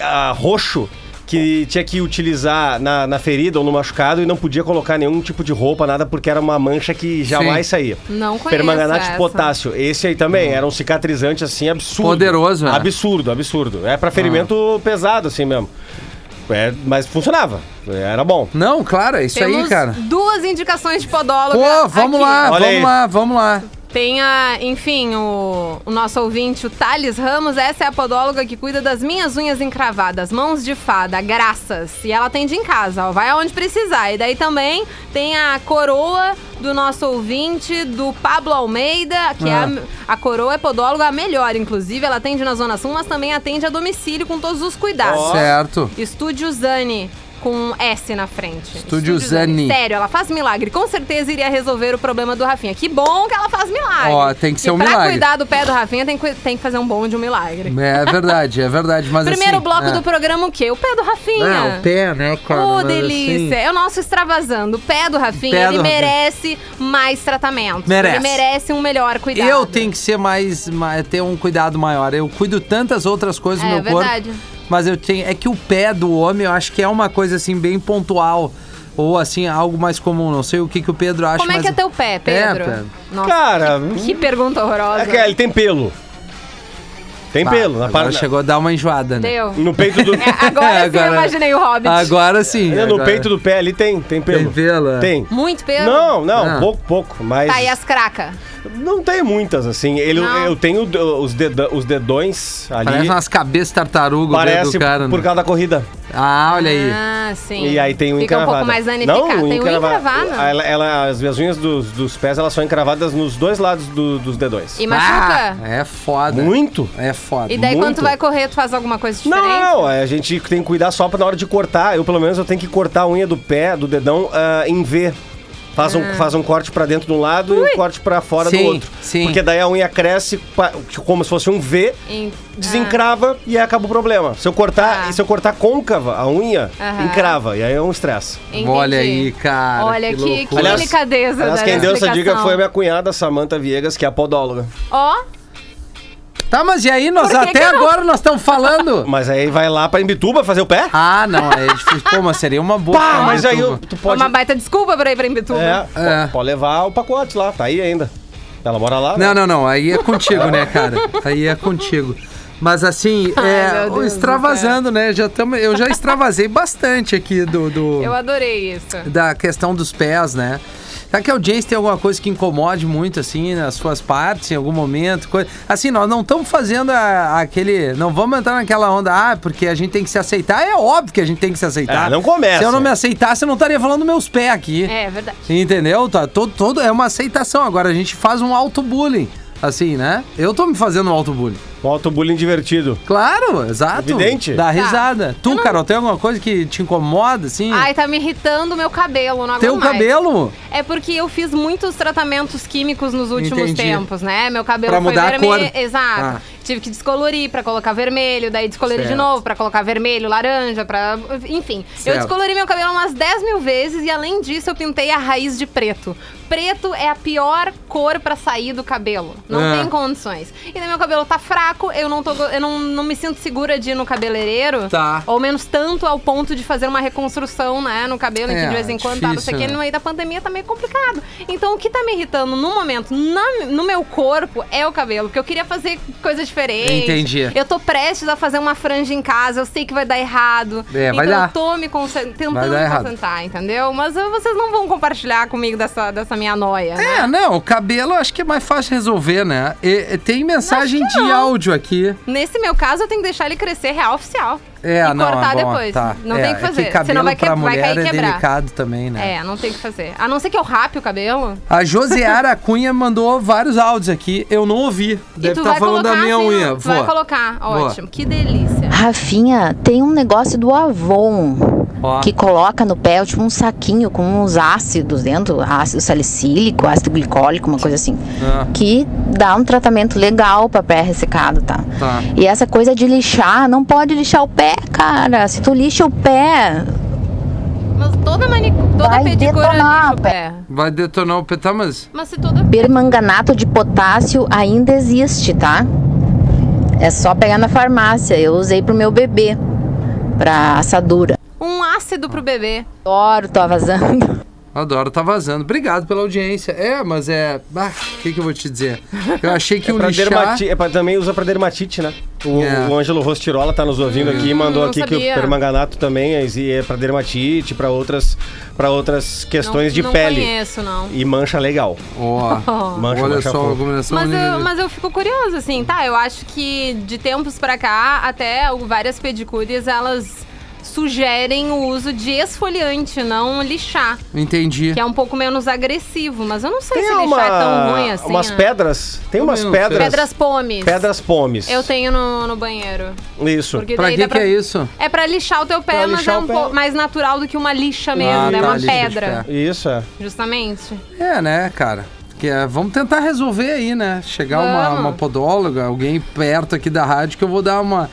Speaker 5: ah, roxo que tinha que utilizar na, na ferida ou no machucado e não podia colocar nenhum tipo de roupa, nada, porque era uma mancha que jamais saía.
Speaker 4: Não conheço
Speaker 5: Permanganato
Speaker 4: essa.
Speaker 5: de potássio. Esse aí também era um cicatrizante assim absurdo.
Speaker 3: Poderoso, Ah. né?
Speaker 5: Absurdo, absurdo. É pra ferimento pesado assim mesmo. É, mas funcionava. Era bom.
Speaker 3: Não, claro, é isso
Speaker 4: Temos
Speaker 3: aí, cara.
Speaker 4: duas indicações de podóloga.
Speaker 3: Pô, vamos
Speaker 4: aqui.
Speaker 3: lá,
Speaker 5: Olha
Speaker 3: vamos
Speaker 5: aí.
Speaker 3: lá, vamos lá.
Speaker 4: Tem a, enfim, o, o nosso ouvinte, o Thales Ramos, essa é a podóloga que cuida das minhas unhas encravadas, mãos de fada, graças. E ela atende em casa, ó, vai aonde precisar. E daí também tem a coroa do nosso ouvinte, do Pablo Almeida, que é a, a coroa é podóloga a melhor, inclusive. Ela atende na Zona Sul, mas também atende a domicílio com todos os cuidados.
Speaker 3: Certo.
Speaker 4: Estúdio Zani. Com um S na frente.
Speaker 3: Estúdio Zani.
Speaker 4: Sério, ela faz milagre. Com certeza iria resolver o problema do Rafinha. Que bom que ela faz milagre.
Speaker 3: Ó, tem que ser
Speaker 4: E
Speaker 3: um
Speaker 4: pra
Speaker 3: milagre.
Speaker 4: cuidar do pé do Rafinha, tem que, tem que fazer um bom de um milagre.
Speaker 3: É verdade, é verdade, mas
Speaker 4: Primeiro
Speaker 3: assim,
Speaker 4: bloco
Speaker 3: é.
Speaker 4: do programa, o quê? O pé do Rafinha.
Speaker 3: É, o pé, né, cara?
Speaker 4: Ô,
Speaker 3: mas
Speaker 4: delícia!
Speaker 3: assim-
Speaker 4: É o nosso extravasando. O pé do Rafinha,
Speaker 3: Pé
Speaker 4: ele
Speaker 3: do Rafinha.
Speaker 4: merece mais tratamento.
Speaker 3: Merece.
Speaker 4: Ele merece um melhor cuidado.
Speaker 3: Eu tenho que ser mais, ma- ter um cuidado maior. Eu cuido tantas outras coisas
Speaker 4: É
Speaker 3: do meu
Speaker 4: verdade.
Speaker 3: corpo. Mas eu tenho. É que o pé do homem, eu acho que é uma coisa assim, bem pontual. Ou assim, algo mais comum. Não sei o que, que o Pedro acha.
Speaker 4: Como é
Speaker 3: mas-
Speaker 4: que é teu pé, Pedro?
Speaker 3: Pedro.
Speaker 4: Nossa,
Speaker 5: Cara,
Speaker 4: que pergunta horrorosa.
Speaker 5: é que ele tem pelo. Tem
Speaker 3: Bah,
Speaker 5: pelo. Na
Speaker 3: agora
Speaker 5: parte
Speaker 3: chegou a dar uma enjoada, né?
Speaker 4: Deu.
Speaker 5: No peito do.
Speaker 4: É, agora, sim eu imaginei o Hobbit.
Speaker 3: Agora sim.
Speaker 5: É, no
Speaker 3: agora-
Speaker 5: peito do pé ali tem, tem pelo.
Speaker 3: Tem pelo, é.
Speaker 5: Tem.
Speaker 4: Muito pelo.
Speaker 5: Não, não,
Speaker 3: Ah.
Speaker 5: pouco, pouco. Mas.
Speaker 4: Tá aí as cracas.
Speaker 5: Não tem muitas, assim. Ele,
Speaker 4: Não.
Speaker 5: eu tenho d- os, deda- os dedões ali.
Speaker 3: Parece umas cabeças tartaruga o dedo
Speaker 5: Parece
Speaker 3: do cara.
Speaker 5: por
Speaker 3: né?
Speaker 5: causa da corrida.
Speaker 3: Ah, olha aí.
Speaker 4: Ah, sim.
Speaker 5: E aí tem um
Speaker 4: Fica um
Speaker 5: encravado.
Speaker 4: pouco mais danificado. tem um encravado.
Speaker 5: Ela, ela- as minhas unhas dos, dos pés, elas são encravadas nos dois lados do- dos dedões.
Speaker 4: E machuca.
Speaker 3: Ah, é foda.
Speaker 5: Muito?
Speaker 3: É foda.
Speaker 4: E daí
Speaker 5: muito.
Speaker 4: quando tu vai correr, tu faz alguma coisa diferente?
Speaker 5: Não, é, a gente tem que cuidar só pra na hora de cortar. Eu, pelo menos, eu tenho que cortar a unha do pé, do dedão, ah, em V. Faz,
Speaker 4: Ah.
Speaker 5: um, faz um corte pra dentro de um lado e um corte pra fora
Speaker 3: Sim,
Speaker 5: do outro.
Speaker 3: sim.
Speaker 5: Porque daí a unha cresce pa- como se fosse um V,
Speaker 4: Em-
Speaker 5: desencrava e aí acaba o problema. Se eu cortar,
Speaker 4: Ah.
Speaker 5: e se eu cortar côncava a unha,
Speaker 4: Aham.
Speaker 5: encrava. E aí é um estresse.
Speaker 4: Ah, entendi.
Speaker 3: Olha aí, cara.
Speaker 4: Olha que, que
Speaker 5: Aliás-
Speaker 4: delicadeza.
Speaker 5: Aliás,
Speaker 4: da
Speaker 5: quem deu essa dica
Speaker 4: explicação.
Speaker 5: foi a minha cunhada, Samanta Viegas, que é a podóloga.
Speaker 4: Ó,
Speaker 3: Tá, mas e aí? Nós
Speaker 4: Por que
Speaker 3: até
Speaker 4: que não?
Speaker 3: agora nós estamos falando.
Speaker 5: Mas aí vai lá pra Imbituba fazer o pé?
Speaker 3: ah, não. Aí é difícil. Pô, mas seria uma boa.
Speaker 5: Pá,
Speaker 3: pra
Speaker 5: mas aí eu-
Speaker 3: YouTube.
Speaker 5: tu
Speaker 4: é
Speaker 5: pode...
Speaker 4: uma baita desculpa pra ir pra Imbituba.
Speaker 5: É, po-
Speaker 3: É.
Speaker 5: pode levar o pacote lá, tá aí ainda. Ela mora lá. né?
Speaker 3: Não, não, não. Aí é contigo, né, cara? Aí é contigo. Mas assim, é,
Speaker 4: meu Deus do
Speaker 3: extravasando, né? Já tamo, eu já extravasei bastante aqui do, do-
Speaker 4: Eu adorei isso.
Speaker 3: da questão dos pés, né? Será que a audiência tem alguma coisa que incomode muito, assim, nas suas partes, em algum momento? Coisa... Assim, nós não estamos fazendo a- aquele. Não vamos entrar naquela onda, ah, porque a gente tem que se aceitar. É óbvio que a gente tem que se aceitar.
Speaker 5: É, não começa.
Speaker 3: Se eu não me aceitasse, eu não estaria falando meus pés aqui.
Speaker 4: É, verdade.
Speaker 3: Entendeu? Tá, todo, todo é uma aceitação. Agora a gente faz um auto-bullying. Assim, né? Eu tô me fazendo um auto-bullying.
Speaker 5: Um autobullying divertido.
Speaker 3: Claro, exato.
Speaker 5: Evidente.
Speaker 4: Tá.
Speaker 3: Dá risada. Tu, Carol, tem alguma coisa que te incomoda, assim?
Speaker 4: Ai, tá me irritando o meu cabelo, não
Speaker 3: Teu
Speaker 4: aguento mais.
Speaker 3: cabelo?
Speaker 4: É porque eu fiz muitos tratamentos químicos nos últimos
Speaker 3: Entendi.
Speaker 4: tempos, né? Meu cabelo
Speaker 3: Pra
Speaker 4: foi
Speaker 3: mudar a
Speaker 4: vermelho.
Speaker 3: cor.
Speaker 4: Exato.
Speaker 3: Ah.
Speaker 4: Tive que descolorir pra colocar vermelho, daí descolori de
Speaker 3: Certo.
Speaker 4: novo pra colocar vermelho, laranja, pra. Enfim.
Speaker 3: Certo.
Speaker 4: Eu descolori meu cabelo umas 10 mil vezes e além disso eu pintei a raiz de preto. Preto é a pior cor pra sair do cabelo. Não
Speaker 3: Ah.
Speaker 4: tem condições. E daí meu cabelo tá fraco, eu não tô. go- Eu não, não me sinto segura de ir no cabeleireiro.
Speaker 3: Tá.
Speaker 4: Ou menos tanto ao ponto de fazer uma reconstrução, né, no cabelo,
Speaker 3: É,
Speaker 4: que de vez em quando tá, não sei o
Speaker 3: difícil,
Speaker 4: que,
Speaker 3: né?
Speaker 4: no meio da pandemia tá meio complicado. Então, o que tá me irritando no momento, na- no meu corpo, é o cabelo. Porque eu queria fazer coisa diferente.
Speaker 3: Entendi.
Speaker 4: Eu tô prestes a fazer uma franja em casa, eu sei que vai dar errado.
Speaker 3: É, vai
Speaker 4: então
Speaker 3: dar.
Speaker 4: eu tô me concent... tentando
Speaker 3: Vai dar
Speaker 4: me
Speaker 3: errado.
Speaker 4: concentrar, entendeu? Mas eu- vocês não vão compartilhar comigo dessa, dessa minha noia, né?
Speaker 3: É, não, o cabelo eu acho que é mais fácil resolver, né? E- e tem mensagem de áudio aqui.
Speaker 4: Nesse meu caso, eu tenho que deixar ele crescer real oficial.
Speaker 3: É,
Speaker 4: e
Speaker 3: não,
Speaker 4: cortar
Speaker 3: é bom,
Speaker 4: depois.
Speaker 3: tá.
Speaker 4: Não
Speaker 3: É,
Speaker 4: tem o que
Speaker 3: é
Speaker 4: fazer.
Speaker 3: cabelo
Speaker 4: Senão vai, que...
Speaker 3: pra
Speaker 4: vai
Speaker 3: mulher
Speaker 4: cair e
Speaker 3: é
Speaker 4: quebrar.
Speaker 3: delicado também, né?
Speaker 4: É, não tem o que fazer. A não ser que eu rape o cabelo.
Speaker 3: A Joseara Cunha mandou vários áudios aqui. Eu não ouvi.
Speaker 4: E
Speaker 3: Deve
Speaker 4: tu
Speaker 3: estar
Speaker 4: vai
Speaker 3: falando
Speaker 4: colocar
Speaker 3: da minha
Speaker 4: assim,
Speaker 3: unha.
Speaker 4: ó. Tu vai
Speaker 3: Vó.
Speaker 4: colocar,
Speaker 3: Boa.
Speaker 4: ótimo. Que delícia.
Speaker 6: Rafinha, tem um negócio do Avon
Speaker 3: Ó.
Speaker 6: que coloca no pé tipo um saquinho com uns ácidos dentro, ácido salicílico, ácido glicólico, uma coisa assim,
Speaker 3: Ah.
Speaker 6: que dá um tratamento legal pra pé ressecado, tá?
Speaker 3: Tá.
Speaker 6: E essa coisa de lixar, não pode lixar o pé, cara. Se tu lixa o pé,
Speaker 4: Mas toda, manic... toda
Speaker 6: Vai
Speaker 4: pedicura
Speaker 6: detonar,
Speaker 4: lixa o pé.
Speaker 3: Vai detonar o pé, tá, mas...
Speaker 4: é. Mas se toda...
Speaker 6: permanganato de potássio ainda existe, tá? É só pegar na farmácia. Eu usei pro meu bebê, pra assadura.
Speaker 4: Um ácido pro bebê.
Speaker 6: Adoro, tô vazando.
Speaker 3: Adoro, tá vazando. Obrigado pela audiência. É, mas é... Ah, O que que eu vou te dizer? Eu achei que
Speaker 5: É
Speaker 3: o
Speaker 5: pra
Speaker 3: lixar...
Speaker 5: dermati- é pra- também usa pra dermatite, né? O,
Speaker 3: É.
Speaker 5: o Ângelo Rostirola tá nos ouvindo aqui e mandou
Speaker 4: não
Speaker 5: aqui que
Speaker 4: sabia.
Speaker 5: o permanganato também é, e é pra dermatite, pra outras, pra outras questões
Speaker 4: não,
Speaker 5: de
Speaker 4: não
Speaker 5: pele.
Speaker 4: conheço, não.
Speaker 5: E mancha legal.
Speaker 3: Ó,
Speaker 5: Mancha,
Speaker 3: olha
Speaker 5: mancha
Speaker 3: só
Speaker 5: fogo.
Speaker 3: a combinação...
Speaker 4: Mas eu,
Speaker 5: né?
Speaker 3: nível-
Speaker 4: mas eu fico curiosa, assim, tá? Eu acho que de tempos pra cá, até o- várias pedicures, elas sugerem o uso de esfoliante, não lixar.
Speaker 3: Entendi.
Speaker 4: Que é um pouco menos agressivo, mas eu não sei
Speaker 5: Tem
Speaker 4: se
Speaker 5: uma,
Speaker 4: lixar é tão ruim assim.
Speaker 5: umas
Speaker 4: né?
Speaker 5: pedras. Tem umas
Speaker 3: não
Speaker 5: pedras.
Speaker 3: sei.
Speaker 4: Pedras pomes.
Speaker 5: Pedras pomes.
Speaker 4: Eu tenho no, no banheiro.
Speaker 5: Isso.
Speaker 4: Porque
Speaker 3: Pra
Speaker 4: daí
Speaker 3: que
Speaker 4: dá pra...
Speaker 3: que é isso?
Speaker 4: É pra lixar o teu pé,
Speaker 5: Pra
Speaker 4: mas
Speaker 5: lixar
Speaker 4: é
Speaker 5: o
Speaker 4: um
Speaker 5: pé.
Speaker 4: pouco mais natural do que uma lixa mesmo,
Speaker 3: Ah,
Speaker 4: é
Speaker 3: tá,
Speaker 4: uma
Speaker 3: lixa de
Speaker 4: pedra,
Speaker 3: pé.
Speaker 5: Isso, é.
Speaker 4: justamente.
Speaker 3: É, né, cara? Porque, é, vamos tentar resolver aí, né? Chegar uma,
Speaker 4: Vamos.
Speaker 3: uma podóloga, alguém perto aqui da rádio que eu vou dar uma.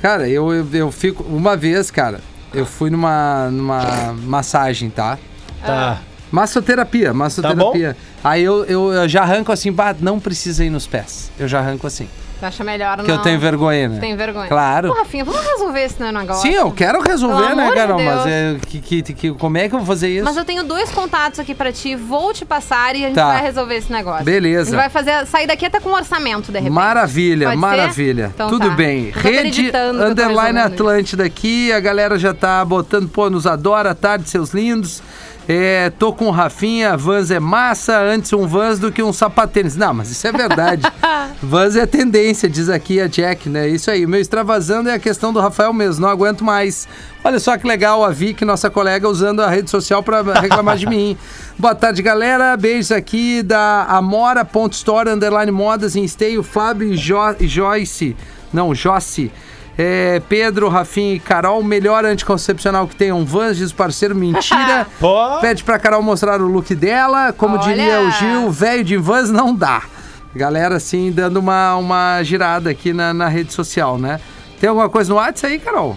Speaker 3: Cara, eu, eu, eu fico. Uma vez, cara, eu fui numa, numa massagem, tá?
Speaker 4: Ah,
Speaker 5: Tá.
Speaker 3: Massoterapia, massoterapia.
Speaker 5: Tá
Speaker 3: Aí eu, eu, eu já arranco assim, bah, não precisa ir nos pés. Eu já arranco assim.
Speaker 4: Tu acha melhor não?
Speaker 3: Que eu tenho vergonha, né?
Speaker 4: Tem vergonha.
Speaker 3: Claro.
Speaker 4: Ô, Rafinha, vamos resolver esse né, negócio.
Speaker 3: Sim, eu quero resolver,
Speaker 4: Pelo
Speaker 3: né,
Speaker 4: amor de
Speaker 3: Carol? Mas
Speaker 4: Deus.
Speaker 3: é, que, que, que- como é que eu vou fazer isso?
Speaker 4: Mas eu tenho dois contatos aqui pra ti, vou te passar e a gente
Speaker 3: Tá.
Speaker 4: vai resolver esse negócio.
Speaker 3: Beleza.
Speaker 4: A gente vai fazer, sair daqui até com um orçamento, de repente.
Speaker 3: Maravilha,
Speaker 4: Pode ser?
Speaker 3: maravilha.
Speaker 4: Então
Speaker 3: Tudo
Speaker 4: tá.
Speaker 3: bem.
Speaker 4: Eu tô
Speaker 3: Rede
Speaker 4: acreditando que eu tô
Speaker 3: Underline
Speaker 4: resolvendo isso.
Speaker 3: Atlântida aqui. A galera já tá botando, pô, nos adora. Tarde, seus lindos. É, tô com o Rafinha, Vans é massa, antes um Vans do que um sapatênis. Não, mas isso é verdade. Vans é tendência, diz aqui a Jack, né? Isso aí. O meu extravasando é a questão do Rafael mesmo, não aguento mais. Olha só que legal a Vic, nossa colega, usando a rede social pra reclamar de mim. Boa tarde, galera. Beijos aqui da Amora.store, underline modas, em esteio, Fábio e Jo- e Joyce. Não, Joyce. É, Pedro, Rafinha e Carol, melhor anticoncepcional que tem é um Vans, diz o parceiro, mentira.
Speaker 5: Pô.
Speaker 3: Pede pra Carol mostrar o look dela. Como
Speaker 4: Olha.
Speaker 3: diria o Gil, velho de Vans não dá. Galera, assim, dando uma, uma girada aqui na, na rede social, né? Tem alguma coisa no WhatsApp aí, Carol?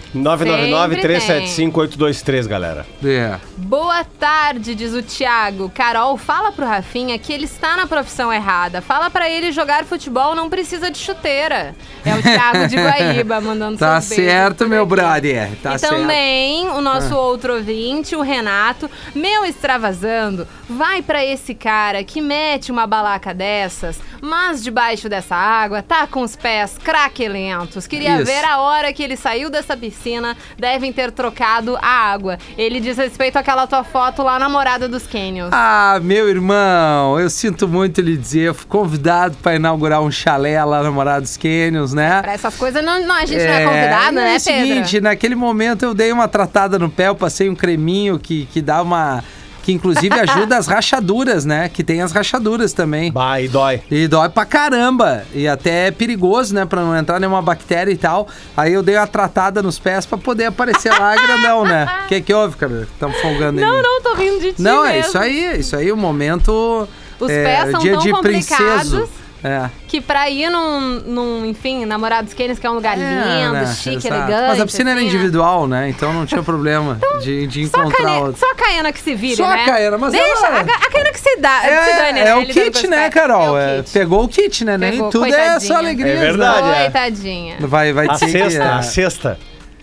Speaker 5: 999-375-823, galera.
Speaker 3: É.
Speaker 4: Boa tarde, diz o Thiago. Carol, fala pro Rafinha que ele está na profissão errada. Fala pra ele jogar futebol, não precisa de chuteira. É o Thiago de Guaíba mandando
Speaker 3: Tá
Speaker 4: seus beijos
Speaker 3: certo,
Speaker 4: por
Speaker 3: meu
Speaker 4: aqui.
Speaker 3: brother. Tá
Speaker 4: e
Speaker 3: certo. Ah.
Speaker 4: também o nosso outro ouvinte, o Renato, meu extravasando, vai pra esse cara que mete uma balaca dessas, mas debaixo dessa água tá com os pés craquelentos. Queria
Speaker 3: Isso.
Speaker 4: ver a hora que ele saiu dessa piscina, devem ter trocado a água. Ele diz respeito àquela tua foto lá na morada dos Canyons.
Speaker 3: Ah, meu irmão, eu sinto muito lhe dizer, eu fui convidado pra inaugurar um chalé lá na Morada dos Canyons, né?
Speaker 4: Pra essas coisas não, não, a gente não é convidado,
Speaker 3: e
Speaker 4: né, Pedro?
Speaker 3: é o seguinte, naquele momento eu dei uma tratada no pé, eu passei um creminho que, que dá uma... Que inclusive ajuda as rachaduras, né? Que tem as rachaduras também.
Speaker 5: Bah, e dói.
Speaker 3: E dói pra caramba. E até é perigoso, né? Pra não entrar nenhuma bactéria e tal. Aí eu dei uma tratada nos pés pra poder aparecer lá grandão, né? O que que houve, cabelo? Tão folgando em mim.
Speaker 4: Não, não, tô rindo de ti
Speaker 3: Não, é
Speaker 4: mesmo.
Speaker 3: isso aí. é Isso aí, o momento...
Speaker 4: Os
Speaker 3: é,
Speaker 4: pés são
Speaker 3: dia
Speaker 4: tão
Speaker 3: de princeso.
Speaker 4: complicados.
Speaker 3: É.
Speaker 4: Que pra ir num, num enfim, namorados Kennedy, que é um lugar lindo,
Speaker 3: né,
Speaker 4: chique,
Speaker 3: exato.
Speaker 4: elegante.
Speaker 3: Mas a piscina era
Speaker 4: assim, né?
Speaker 3: individual, né? Então não tinha problema de, de
Speaker 4: Só a,
Speaker 3: encontrar
Speaker 4: cane...
Speaker 3: outro.
Speaker 4: Só a caiana que se vira,
Speaker 3: Só a
Speaker 4: né?
Speaker 3: caiana, mas
Speaker 4: Deixa,
Speaker 3: ela-
Speaker 4: a, ca- a caiana que se dá. que se dane,
Speaker 3: É,
Speaker 4: né?
Speaker 3: é o
Speaker 4: Lidando com
Speaker 3: kit,
Speaker 4: os
Speaker 3: né,
Speaker 4: pés.
Speaker 3: Carol?
Speaker 4: É
Speaker 3: É,
Speaker 4: o kit.
Speaker 3: pegou o kit, né? Nem
Speaker 4: Pegou,
Speaker 3: tudo é só
Speaker 4: coitadinha.
Speaker 3: alegria. né?
Speaker 5: É verdade,
Speaker 4: Oi,
Speaker 5: é.
Speaker 4: tadinha.
Speaker 3: Vai, vai
Speaker 5: A
Speaker 3: dizer
Speaker 5: cesta, a
Speaker 3: que... né?
Speaker 5: cesta.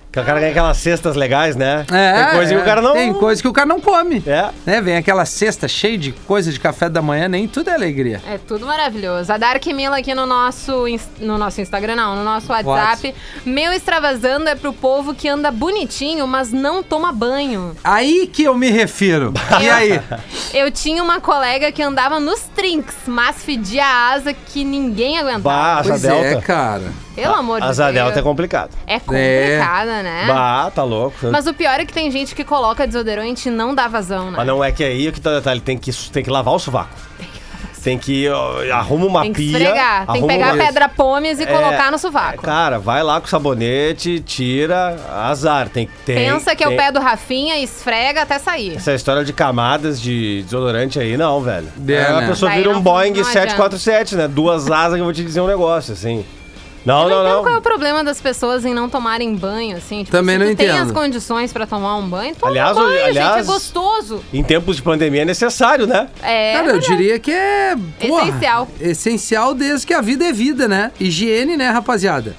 Speaker 5: Que o cara ganha aquelas cestas legais, né?
Speaker 3: É,
Speaker 5: Tem coisa
Speaker 3: é,
Speaker 5: que o cara não.
Speaker 3: Tem coisa que o cara não come.
Speaker 5: É.
Speaker 3: Né, Vem aquela cesta cheia de coisa de café da manhã, nem tudo é alegria.
Speaker 4: É tudo maravilhoso. A Dark Mila aqui no nosso, ins- no nosso Instagram, não, no nosso WhatsApp. Meu extravasando é pro povo que anda bonitinho, mas não toma banho.
Speaker 3: Aí que eu me refiro. E aí?
Speaker 4: Eu tinha uma colega que andava nos trinks, mas fedia a asa que ninguém
Speaker 5: Bah,
Speaker 4: aguentava.
Speaker 5: asa
Speaker 3: Pois é,
Speaker 5: delta.
Speaker 3: cara.
Speaker 4: Pelo amor de
Speaker 5: asa delta é
Speaker 4: Deus.
Speaker 5: complicado.
Speaker 4: É complicada, né?
Speaker 5: Bah, tá louco. Mas,
Speaker 4: Mas o pior é que tem gente que coloca desodorante e não dá vazão, né?
Speaker 5: não é que aí que tá o detalhe. Tem que, tem que lavar o sovaco. Tem que. ó, arruma uma
Speaker 4: Tem que
Speaker 5: pia.
Speaker 4: esfregar, tem que
Speaker 5: arruma
Speaker 4: pegar
Speaker 5: uma-
Speaker 4: pedra pomes e
Speaker 5: É,
Speaker 4: colocar no
Speaker 5: é,
Speaker 4: sovaco.
Speaker 5: Cara, vai lá com o sabonete, tira, azar. Tem, tem,
Speaker 4: Pensa que é o
Speaker 5: tem-
Speaker 4: pé do Rafinha, esfrega até sair.
Speaker 5: Essa história de camadas de desodorante aí, não, velho.
Speaker 3: É,
Speaker 5: É, a
Speaker 3: né?
Speaker 5: pessoa
Speaker 4: Daí
Speaker 5: vira
Speaker 4: não-
Speaker 5: um Boeing
Speaker 4: não
Speaker 5: 747, né? Duas asas que eu vou te dizer um negócio, assim. Não,
Speaker 4: Eu não,
Speaker 5: não,
Speaker 4: entendo
Speaker 5: não.
Speaker 4: qual é o problema das pessoas em não tomarem banho, assim. Tipo,
Speaker 3: Também
Speaker 4: se
Speaker 3: não
Speaker 4: tu tem
Speaker 3: entendo.
Speaker 4: as condições pra tomar um banho, toma
Speaker 5: Aliás,
Speaker 4: um banho, gente, é
Speaker 5: aliás-
Speaker 4: gostoso.
Speaker 5: Em tempos de pandemia é necessário, né?
Speaker 4: É,
Speaker 3: Cara, eu diria que é. porra,
Speaker 4: Essencial.
Speaker 3: Essencial desde que a vida é vida, né? Higiene, né, rapaziada?